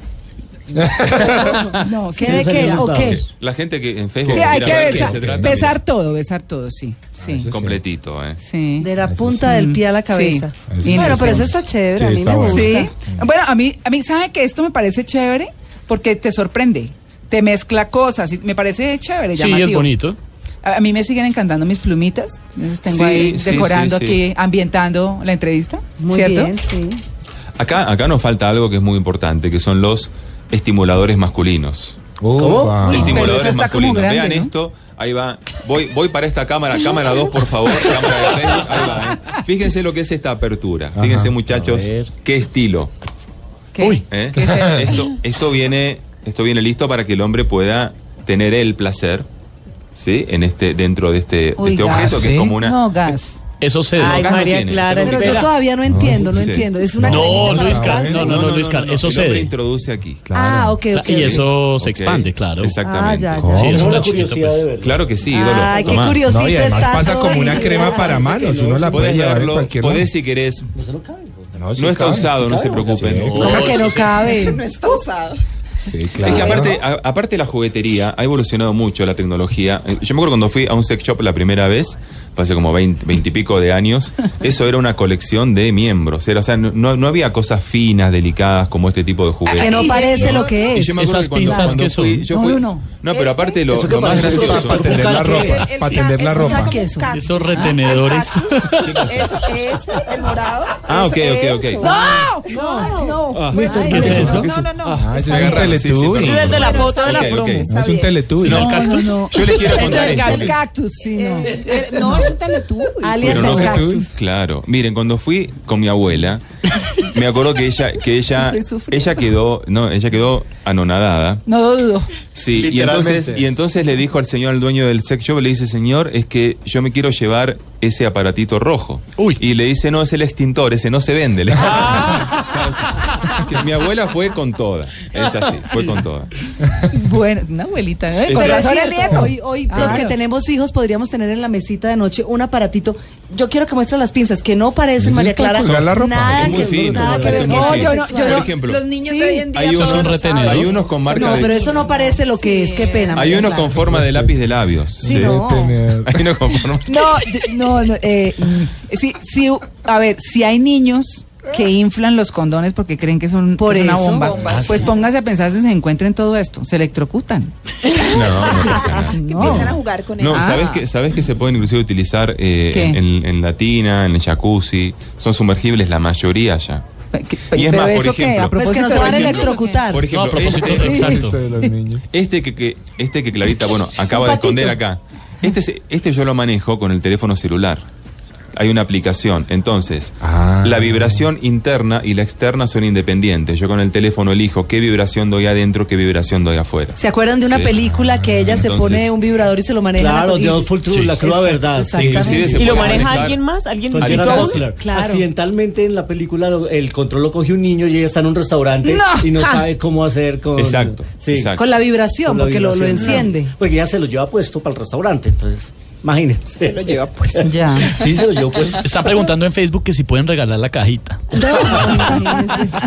C: no,
E: ¿Qué de qué? ¿O qué?
F: La gente que en Facebook
C: Sí, hay
F: mira
C: que
F: a ver de qué
C: besar,
F: se trata, Ah,
C: besar todo, besar todo, sí. Sí.
F: mira, completito, ¿eh?
C: sí.
E: De la punta del pie a la cabeza.
C: Sí.
E: Bueno, pero eso
C: Sí.
E: está chévere, a mí
C: está
E: me
C: bueno.
E: gusta.
C: Sí. Bueno, a mí, a mí, ¿sabe que esto me parece chévere? Porque te sorprende, te mezcla cosas, y me parece chévere,
H: Sí,
C: llamativo.
H: es bonito.
C: A, a mí me siguen encantando mis plumitas, las tengo
F: Sí,
C: ahí
F: sí,
C: decorando
F: sí, sí.
C: aquí, ambientando la entrevista,
E: Muy
C: ¿cierto?
E: bien, sí.
F: Acá, acá nos falta algo que es muy importante, que son los estimuladores masculinos.
L: Upa.
C: Pero eso
F: Estimuladores
C: está como
F: masculinos.
C: grande,
F: Vean
C: ¿no?
F: esto. Ahí va. Voy, voy para esta cámara. Cámara 2, por favor. Cámara de Facebook. Ahí va, ¿eh? Fíjense lo que es esta apertura. Fíjense, muchachos, qué estilo.
C: ¿Qué?
F: ¿eh?
C: ¿Qué es eso?
F: esto, esto, viene, esto viene listo para que el hombre pueda tener el placer. ¿Sí? En este, dentro de este, de
C: Uy,
F: este
C: gas.
F: objeto que es como una.
C: No, gas.
H: Eso se
F: Ay,
H: desarrolla.
F: María Clara,
E: Pero yo
F: espera.
E: todavía no entiendo, no
F: sí.
E: entiendo. Es una
H: No,
E: cadenita para
H: Luis
E: atrás.
H: Carlos, no, no, no, Luis Carlos, eso
F: El hombre
H: se
F: introduce aquí.
E: Ah, ok, ok.
H: Y
E: ok.
H: eso se
F: Ok,
H: expande, claro.
F: Exactamente.
E: Ah, ya, ya.
H: Sí, eso
L: ¿Cómo?
H: está chiquito, pues.
F: Claro que sí,
E: Ay,
F: ídolo.
E: qué curiosito
L: No, y además
E: está
L: pasa
E: todo
L: como una
E: ahí.
L: crema para manos. Uno la puede
F: Podés
L: llevar en
F: verlo,
L: cualquier
F: podés
L: lado.
F: si querés.
L: No, sí
F: no está
L: cabe,
F: usado,
L: sí
F: no se
L: cabe.
F: preocupen.
H: Oh,
L: Sí,
E: ¿Cómo que no cabe?
G: No está usado.
L: Sí,
F: Es que
L: claro.
F: aparte, a- aparte la juguetería ha evolucionado mucho la tecnología. Eh, Yo me acuerdo cuando fui a un sex shop la primera vez, fue hace como 20, 20 y pico de años, eso era una colección de miembros. Era, o sea, no, no había cosas finas, delicadas como este tipo de juguetes.
C: Ah,
E: Que no parece lo que
F: Y
E: es.
F: yo me acuerdo
H: Esas
F: que cuando,
H: pinzas
F: cuando
H: que
F: fui,
H: son.
F: yo fui-
C: No,
F: no,
C: no.
F: pero aparte lo,
D: Eso que
F: lo más
D: parece
F: gracioso.
D: para tender la ropa.
L: Para tender la ropa.
E: queso.
H: Esos retenedores.
G: Ah, Eso es el morado.
F: Ah, ok,
G: eso,
F: ok, ok.
G: eso.
C: ¡No! No, no.
F: Ah,
H: ¿Qué es eso?
G: No, no, no.
L: Ah, ese es un
F: Agarraron, sí, sí,
L: teletubby.
F: perdón.
K: Ese es el de la foto de la
F: Ok, ok.
K: promo.
L: No es un
G: bien.
L: teletubby.
H: No,
L: No,
C: No, no.
F: Yo les quiero contar
C: Es
F: esto.
C: el cactus, sí, no.
G: Eh, eh, no, es un teletubby.
E: Alias
F: Pero
E: el
F: no-
E: cactus.
F: Claro, miren, cuando fui con mi abuela, me acuerdo que ella, que ella,
C: Estoy sufriendo.
F: ella quedó, no, ella quedó anonadada.
C: No lo dudo.
F: Sí, y el entonces, y entonces le dijo al señor, al dueño del sex shop, le dice, señor, es que yo me quiero llevar ese aparatito rojo. Y le dice, no, es el extintor, ese no se vende. Le dice. Que mi abuela fue con toda. Es así, fue con toda.
C: Bueno, una abuelita, ¿eh?
E: Pero
C: Con
E: es
C: razón el
E: cierto,
C: nieto.
E: hoy, hoy pues
C: Claro.
E: los que tenemos hijos podríamos tener en la mesita de noche un aparatito. Yo quiero que muestre las pinzas, que no parecen,
F: Es
E: María
F: el que
E: Clara.
F: colgar la ropa.
E: Nada
F: Es muy
E: que,
F: fino,
E: nada que ver.
F: es muy
E: No,
F: fino.
E: yo no, yo
F: Por
E: no.
F: ejemplo,
E: los niños de hoy en
F: hay unos, hay unos con marca
E: No,
F: de-
E: pero eso no parece lo que es. Qué pena.
F: Hay
E: María
F: unos
E: Clara.
F: con forma de lápiz de labios.
E: Sí, no.
F: Hay unos con forma.
C: No, yo- no, no, eh, mm, sí, sí, a ver, si hay niños que inflan los condones porque creen que son
E: Por
C: que es una
E: eso,
C: bomba,
E: bombas.
C: pues póngase a pensar si se encuentran todo esto, se electrocutan.
F: No, no pasa
E: Ah,
F: nada.
G: Que empiezan a jugar con
F: No,
G: eso.
F: ¿sabes, que, ¿sabes que se pueden inclusive utilizar eh,
G: ¿Qué?
F: en, en la tina, en el jacuzzi? Son sumergibles la mayoría ya. Y es
C: pero
F: más, por
C: eso qué, a
F: ejemplo,
C: propósito Pues que no se
F: por
C: van a
F: ejemplo-
C: electrocutar.
F: Por
H: eh,
C: No, a
F: ejemplo,
C: propósito,
F: este,
C: exacto.
L: De los niños.
F: este que, que- este que Clarita, bueno, acaba de esconder acá. Este, se- este yo lo manejo con el teléfono celular. Hay una aplicación. Entonces,
C: Ah.
F: la vibración interna y la externa son independientes. Yo con el teléfono elijo qué vibración doy adentro, qué vibración doy afuera.
E: ¿Se acuerdan de una
F: Sí.
E: película que ella se
F: Entonces-
E: pone un vibrador y se lo maneja?
D: Claro,
E: la- y-
D: de Outfall True, la cruda verdad. sí.
E: Exactamente.
K: ¿Y lo maneja alguien más? ¿Alguien
D: Con
K: más?
D: Gerard
K: ¿Cómo?
D: Butler.
K: Claro.
D: Pues Accidentalmente en la película lo- el control lo coge un niño y ella está en un restaurante
E: No.
D: y no
E: Ja.
D: sabe cómo hacer con.
F: Exacto,
D: sí.
F: exacto.
E: Con la vibración,
D: Con la
E: porque lo- lo
D: vibración.
E: enciende.
D: Claro. Porque ella se lo lleva puesto para el restaurante, entonces, imagínense. Se lo
G: lleva puesto.
C: Ya.
D: Sí, se lo llevó
F: pues.
D: puesto.
H: Están preguntando en Facebook que si pueden regalar la cajita.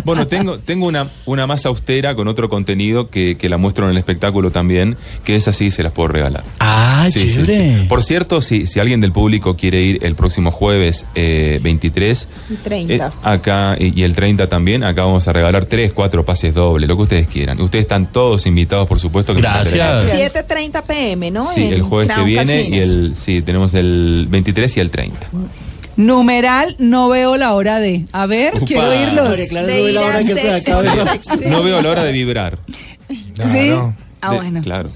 F: Bueno, tengo, tengo una, una más austera con otro contenido que, que la muestro en el espectáculo también, que es así, se las puedo regalar.
H: Ah,
F: Sí, sí,
H: chévere.
F: sí. Por cierto, si, si alguien del público quiere ir el próximo jueves eh, 23, eh,
G: 30.
F: acá y y el 30 también, acá vamos a regalar 3, 4 pases dobles, lo que ustedes quieran. Ustedes están todos invitados, por supuesto. Que nos mantenemos.
G: 7.30 pm, ¿no?
F: Sí,
G: En
F: el jueves que
G: Crown
F: viene y
G: Casinos.
F: el sí, tenemos el 23 y el 30.
C: Numeral, no veo la hora de. A ver,
F: Upa.
C: quiero irlos.
D: María Clara, no De veo la ir hora a que se sexo,
E: eh.
D: acabe. sexo.
F: No veo la hora de vibrar.
C: Sí. Ah,
F: De-
C: bueno.
F: Claro.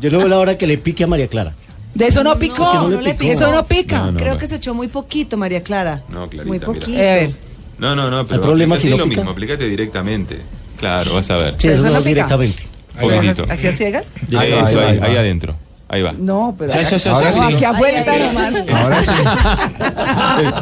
D: Yo no veo la hora que le pique a María Clara.
C: De eso no picó.
D: es que no le picó.
C: Eso no pica.
D: No, no,
G: Eh,
E: Creo
D: no.
E: que se echó muy poquito, María Clara.
F: No, Clarita,
E: Muy
F: mira.
E: poquito.
C: Eh,
F: No, no, no, pero
D: ¿Hay problema
F: aplica-
D: si
F: sí,
D: no
F: lo
D: pica?
F: mismo, aplícate directamente. Claro, vas a ver.
D: Sí, eso no directamente.
F: Poquitito.
C: ¿Así a ciegas?
F: Eso, ahí,
L: va, ahí va, ahí
F: ahí
L: va.
F: adentro. Ahí va.
C: No, pero.
F: Ya, ya, ya,
C: No,
F: ya, sí.
C: aquí afuera
E: Ay,
C: está nomás.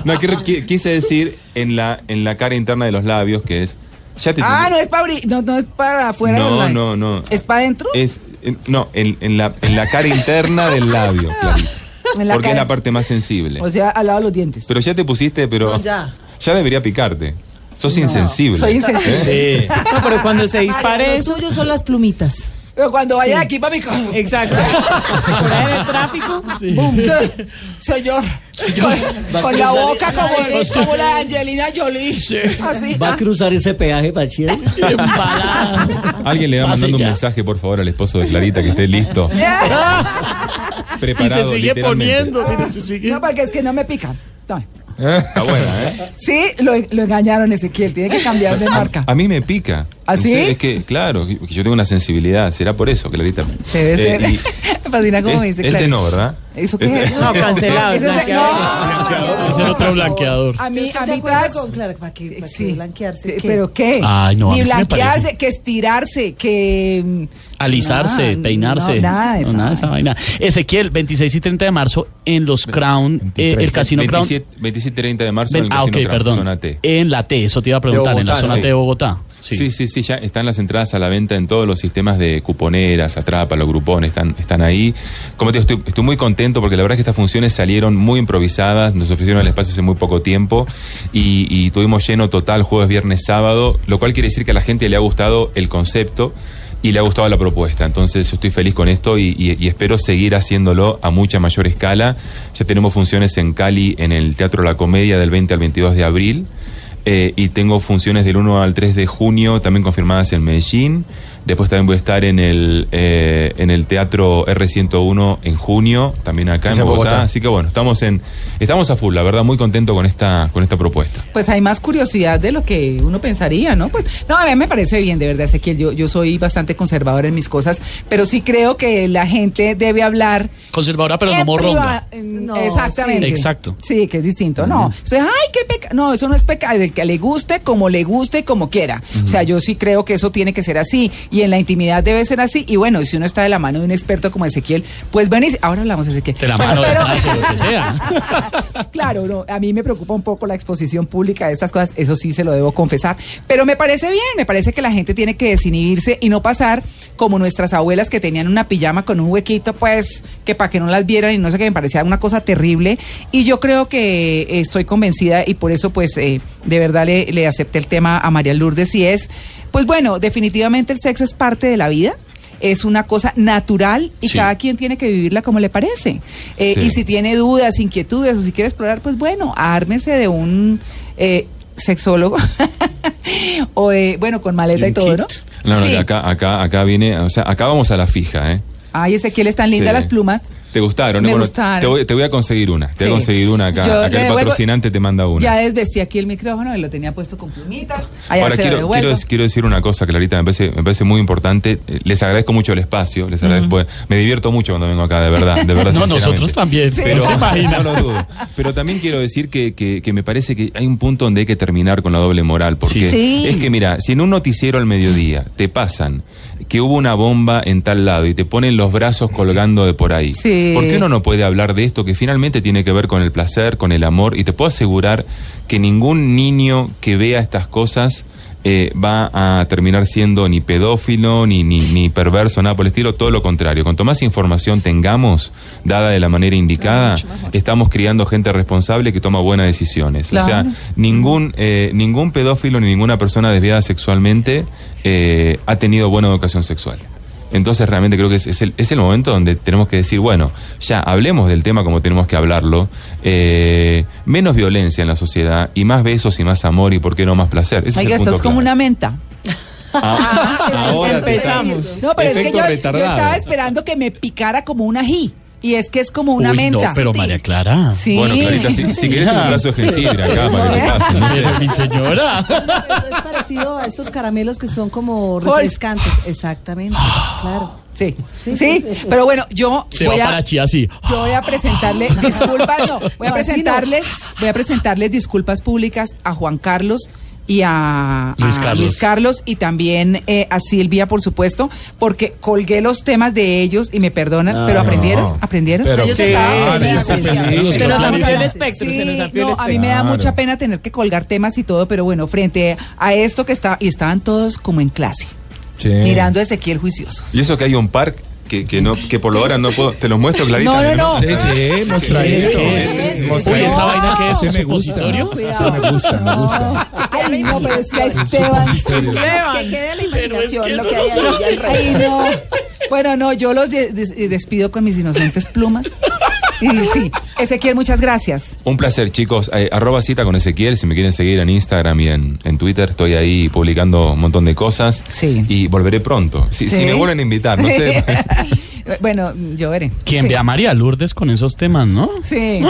F: No, quiero- qui- quise decir en la, en la cara interna de los labios que es. Ya te
C: Ah, no es para abrir. No, no es para afuera.
F: no,
C: ¿verdad?
F: no, Eh, no.
C: ¿Es para adentro?
F: Es, en- no, en, en la, en la cara interna del labio, Clarita.
C: En la
F: porque es
C: cara.
F: la parte más sensible.
C: O sea, al lado de los dientes.
F: Pero ya te pusiste, pero.
C: ya.
F: ya debería picarte. Sos insensible.
C: Soy insensible.
F: ¿Eh?
K: No, pero cuando se
E: Mario,
K: dispare
E: lo
K: eso.
E: suyo son las plumitas.
C: Pero cuando vaya
E: Sí.
C: de aquí para mi casa.
K: Exacto. Por ahí en el tráfico.
C: Boom. Soy, soy yo. Con, con la boca como,
D: Ay,
C: como la de Angelina Jolie. Así.
E: Ah.
D: Va a cruzar ese peaje, Pachi.
F: Alguien le va mandando un mensaje, por favor, al esposo de Clarita que esté listo. Preparado. literalmente. Ah.
C: No, porque es que no me pica. Tome.
F: Está buena, ¿eh?
C: Sí, lo, lo engañaron Ezequiel. Tiene que cambiar de marca.
F: A mí me pica.
C: ¿Ah,
F: No
C: sí?
F: sé, Es que, claro, que- que yo tengo una sensibilidad. Será por eso, Clarita.
C: Debe
F: Eh,
C: ser.
F: y-
C: Me Fascina cómo me dice
F: este
C: Clary.
F: no, ¿verdad?
C: ¿Eso qué
F: Este-
C: es?
K: No, cancelado.
C: Ese es el-
K: blanqueado.
H: Ese es otro blanqueador.
C: A mí, a
E: De
C: mí
E: acuerdo
C: todas-
E: con Clara, ¿para qué, para qué
C: Sí. Eh,
E: blanquearse? ¿Qué?
C: ¿Pero qué?
H: Ay, no, a
C: Ni
H: mí sí me
C: blanquearse,
H: parece.
C: que estirarse, que... mm,
H: Alisarse,
C: nada,
H: peinarse.
C: no, nada de
H: No,
C: esa
H: nada de esa vaina. Ezequiel, 26 y 30 de marzo en los Crown, eh, el
F: 23.
H: Casino Crown.
F: 27, 27 30 de marzo en
H: Ven-
F: el
H: ah,
F: Casino
H: ok,
F: Crown,
H: perdón.
F: zona T.
H: En la T, eso te iba a preguntar, en la
F: Bogotá,
H: zona
F: sí.
H: T de Bogotá.
F: Sí. sí, sí, ya están las entradas a la venta en todos los sistemas de cuponeras, atrapa, los grupones, están, están ahí. Como te digo, estoy, estoy muy contento porque la verdad es que estas funciones salieron muy improvisadas, nos ofrecieron el espacio hace muy poco tiempo y, y tuvimos lleno total jueves, viernes, sábado, lo cual quiere decir que a la gente le ha gustado el concepto y le ha gustado la propuesta. Entonces yo estoy feliz con esto y, y- y espero seguir haciéndolo a mucha mayor escala. Ya tenemos funciones en Cali, en el Teatro La Comedia del 20 al 22 de abril. Eh, y tengo funciones del 1 al 3 de junio también confirmadas en Medellín. Después también voy a estar en el, eh, en el Teatro R101 en junio, también acá
B: Es
F: en
B: en
F: Bogotá.
B: Bogotá.
F: Así que bueno, estamos en estamos a full, la verdad, muy contento con esta, con esta propuesta.
C: Pues hay más curiosidad de lo que uno pensaría, ¿no? Pues no, a mí me parece bien, de verdad, Ezequiel. Yo, yo soy bastante conservadora en mis cosas, pero sí creo que la gente debe hablar.
H: Conservadora, pero no
C: en
H: morronga.
C: priva- en-
E: No,
C: Exactamente.
H: sí. Exacto.
C: Sí, que es distinto. No, o sea, ay, qué pecado. No, eso no es pecado. El que le guste, como le guste, como quiera. O sea, yo sí creo que eso tiene que ser así. y en la intimidad debe ser así. Y bueno, si uno está de la mano de un experto como Ezequiel, pues buenísimo. Ahora hablamos de Ezequiel.
H: De la
C: Bueno,
H: mano, del
C: pero-
H: brazo, lo que sea.
C: Claro, no, a mí me preocupa un poco la exposición pública de estas cosas, eso sí se lo debo confesar, pero me parece bien, me parece que la gente tiene que desinhibirse y no pasar como nuestras abuelas que tenían una pijama con un huequito, pues, que para que no las vieran y no sé qué, me parecía una cosa terrible y yo creo que eh, estoy convencida y por eso, pues, eh, de verdad le, le acepté el tema a María Lourdes y es, pues bueno, definitivamente el sexo es parte de la vida. Es una cosa natural y
M: Sí.
C: cada quien tiene que vivirla como le parece. Eh,
M: Sí.
C: Y si tiene dudas, inquietudes o si quiere explorar, pues bueno, ármese de un eh, sexólogo o de, bueno, con maleta y todo, ¿no?
F: No, no,
C: Sí.
F: acá, acá, acá viene, o sea, acá vamos a la fija, ¿eh?
C: Ay, Ezequiel, están lindas
F: Sí.
C: las plumas.
F: ¿Te gustaron?
C: Me
F: eh?
C: gustaron.
F: Te, voy, te voy a conseguir una. Te voy a
C: Sí.
F: conseguir una acá.
C: Yo le
F: acá el
C: devuelvo-
F: patrocinante te manda una.
C: Ya desvestí aquí el micrófono y lo tenía puesto con plumitas. Allá
F: Ahora
C: se lo
F: quiero,
C: devuelvo.
F: quiero, quiero decir una cosa, Clarita, me parece, me parece muy importante. Eh, Les agradezco mucho el espacio, les agradezco. pues, Me divierto mucho cuando vengo acá, de verdad. De verdad
H: No,
F: sinceramente.
H: nosotros también.
F: Sí.
H: Pero,
F: Pero-
H: se imagina.
F: no lo dudo. Pero también quiero decir que, que- que me parece que hay un punto donde hay que terminar con la doble moral. Porque
N: Sí. Sí.
F: es que, mira, si en un noticiero al mediodía te pasan que hubo una bomba en tal lado y te ponen los brazos colgando de por ahí,
C: Sí.
F: ¿por qué uno no puede hablar de esto que finalmente tiene que ver con el placer, con el amor? Y te puedo asegurar que ningún niño que vea estas cosas... eh, va a terminar siendo ni pedófilo, ni, ni, ni perverso, nada por el estilo, todo lo contrario. Cuanto más información tengamos, dada de la manera indicada, estamos criando gente responsable que toma buenas decisiones. O sea,
O: Claro.
F: ningún, eh, ningún pedófilo ni ninguna persona desviada sexualmente eh, ha tenido buena educación sexual. Entonces realmente creo que es, es el, es el momento donde tenemos que decir, bueno, ya hablemos del tema como tenemos que hablarlo, eh, menos violencia en la sociedad y más besos y más amor y por qué no más placer. Ese
C: Oiga,
F: es el
C: esto
F: punto
C: es como
F: clave.
C: una menta.
H: Ah,
F: ahora
C: Entonces,
F: empezamos.
C: No, pero
F: Efecto
C: es que yo- yo,
F: retardado.
C: estaba esperando que me picara como un ají. Y es que es como una
H: Uy, no,
C: menta.
H: pero María Clara.
C: Sí.
F: Bueno, Clarita, si, si querés un brazo de jengibre acá para que te pase, no sé.
H: Pero, mi señora.
E: Es parecido a estos caramelos que son como refrescantes. Exactamente, claro.
C: Sí, sí, pero bueno, yo
H: Se
C: voy
H: va
C: a-
H: para Chía así.
C: Yo voy a presentarle disculpas, no, voy a
E: No, así
C: presentarles, voy a presentarles disculpas públicas a Juan Carlos y a,
H: Luis
C: a
H: Carlos.
C: Luis Carlos y también eh, a Silvia, por supuesto, porque colgué los temas de ellos y me perdonan,
L: No.
C: pero aprendieron, aprendieron.
L: Pero
C: Ellos
L: qué,
G: Ah,
C: estaban
L: ellos
C: ofendidos.
L: ofendidos,
K: Se nos
L: claro.
K: amplió el espectro, se nos amplió el
C: No, a mí me da
K: espectro.
C: mucha pena tener que colgar temas y todo, pero bueno, frente a esto que está y estaban todos como en clase, mirando a Ezequiel juicioso.
F: Y eso que hay un par que, que, no, que por lo ahora no puedo. Te lo muestro clarita.
C: No, no,
F: que
C: no. Sí,
L: sí, mostra
F: ¿Qué es?
L: esto.
F: ¿Qué es?
L: Uy,
F: Mostra
L: esa
F: esto.
L: vaina que es,
F: Ese
L: me gusta.
F: supositorio.
L: Eso me gusta, me gusta.
G: Ay, no, pero es que a
L: Es
G: Esteban.
L: supositorio.
G: Que quede la imaginación lo que hay ahí. ya el resto.
C: Ay, no. Bueno, no, yo los de- des- eh, despido con mis inocentes plumas. Y sí, Ezequiel, muchas gracias.
F: Un placer, chicos. Eh, arroba cita con Ezequiel. Si me quieren seguir en Instagram y en, en Twitter, estoy ahí publicando un montón de cosas.
C: Sí.
F: Y volveré pronto. Si, si
C: Sí.
F: me vuelven a invitar, no sé.
C: Eh, Bueno, yo veré.
H: Quien
C: Sí.
H: ve a María Lourdes con esos temas, ¿no?
C: Sí.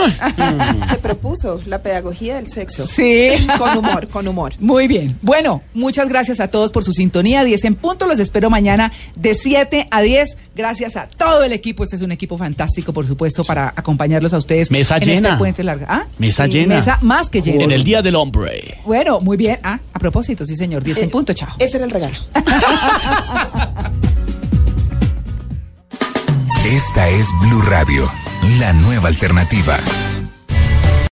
G: Se propuso la pedagogía del sexo.
C: Sí.
G: Con humor, con humor.
C: Muy bien. Bueno, muchas gracias a todos por su sintonía. 10 en punto. Los espero mañana de 7 a 10. Gracias a todo el equipo. Este es un equipo fantástico, por supuesto, para acompañarlos a ustedes.
H: Mesa
C: en
H: llena.
C: Este puente largo. ¿Ah?
H: Mesa
C: Sí,
H: llena.
C: Mesa más que llena.
H: En el Día del Hombre.
C: Bueno, muy bien. Ah, a propósito, sí, señor.
H: Eh,
C: 10 en punto. Chao.
G: Ese era el regalo.
P: Esta es Blue Radio, la nueva alternativa.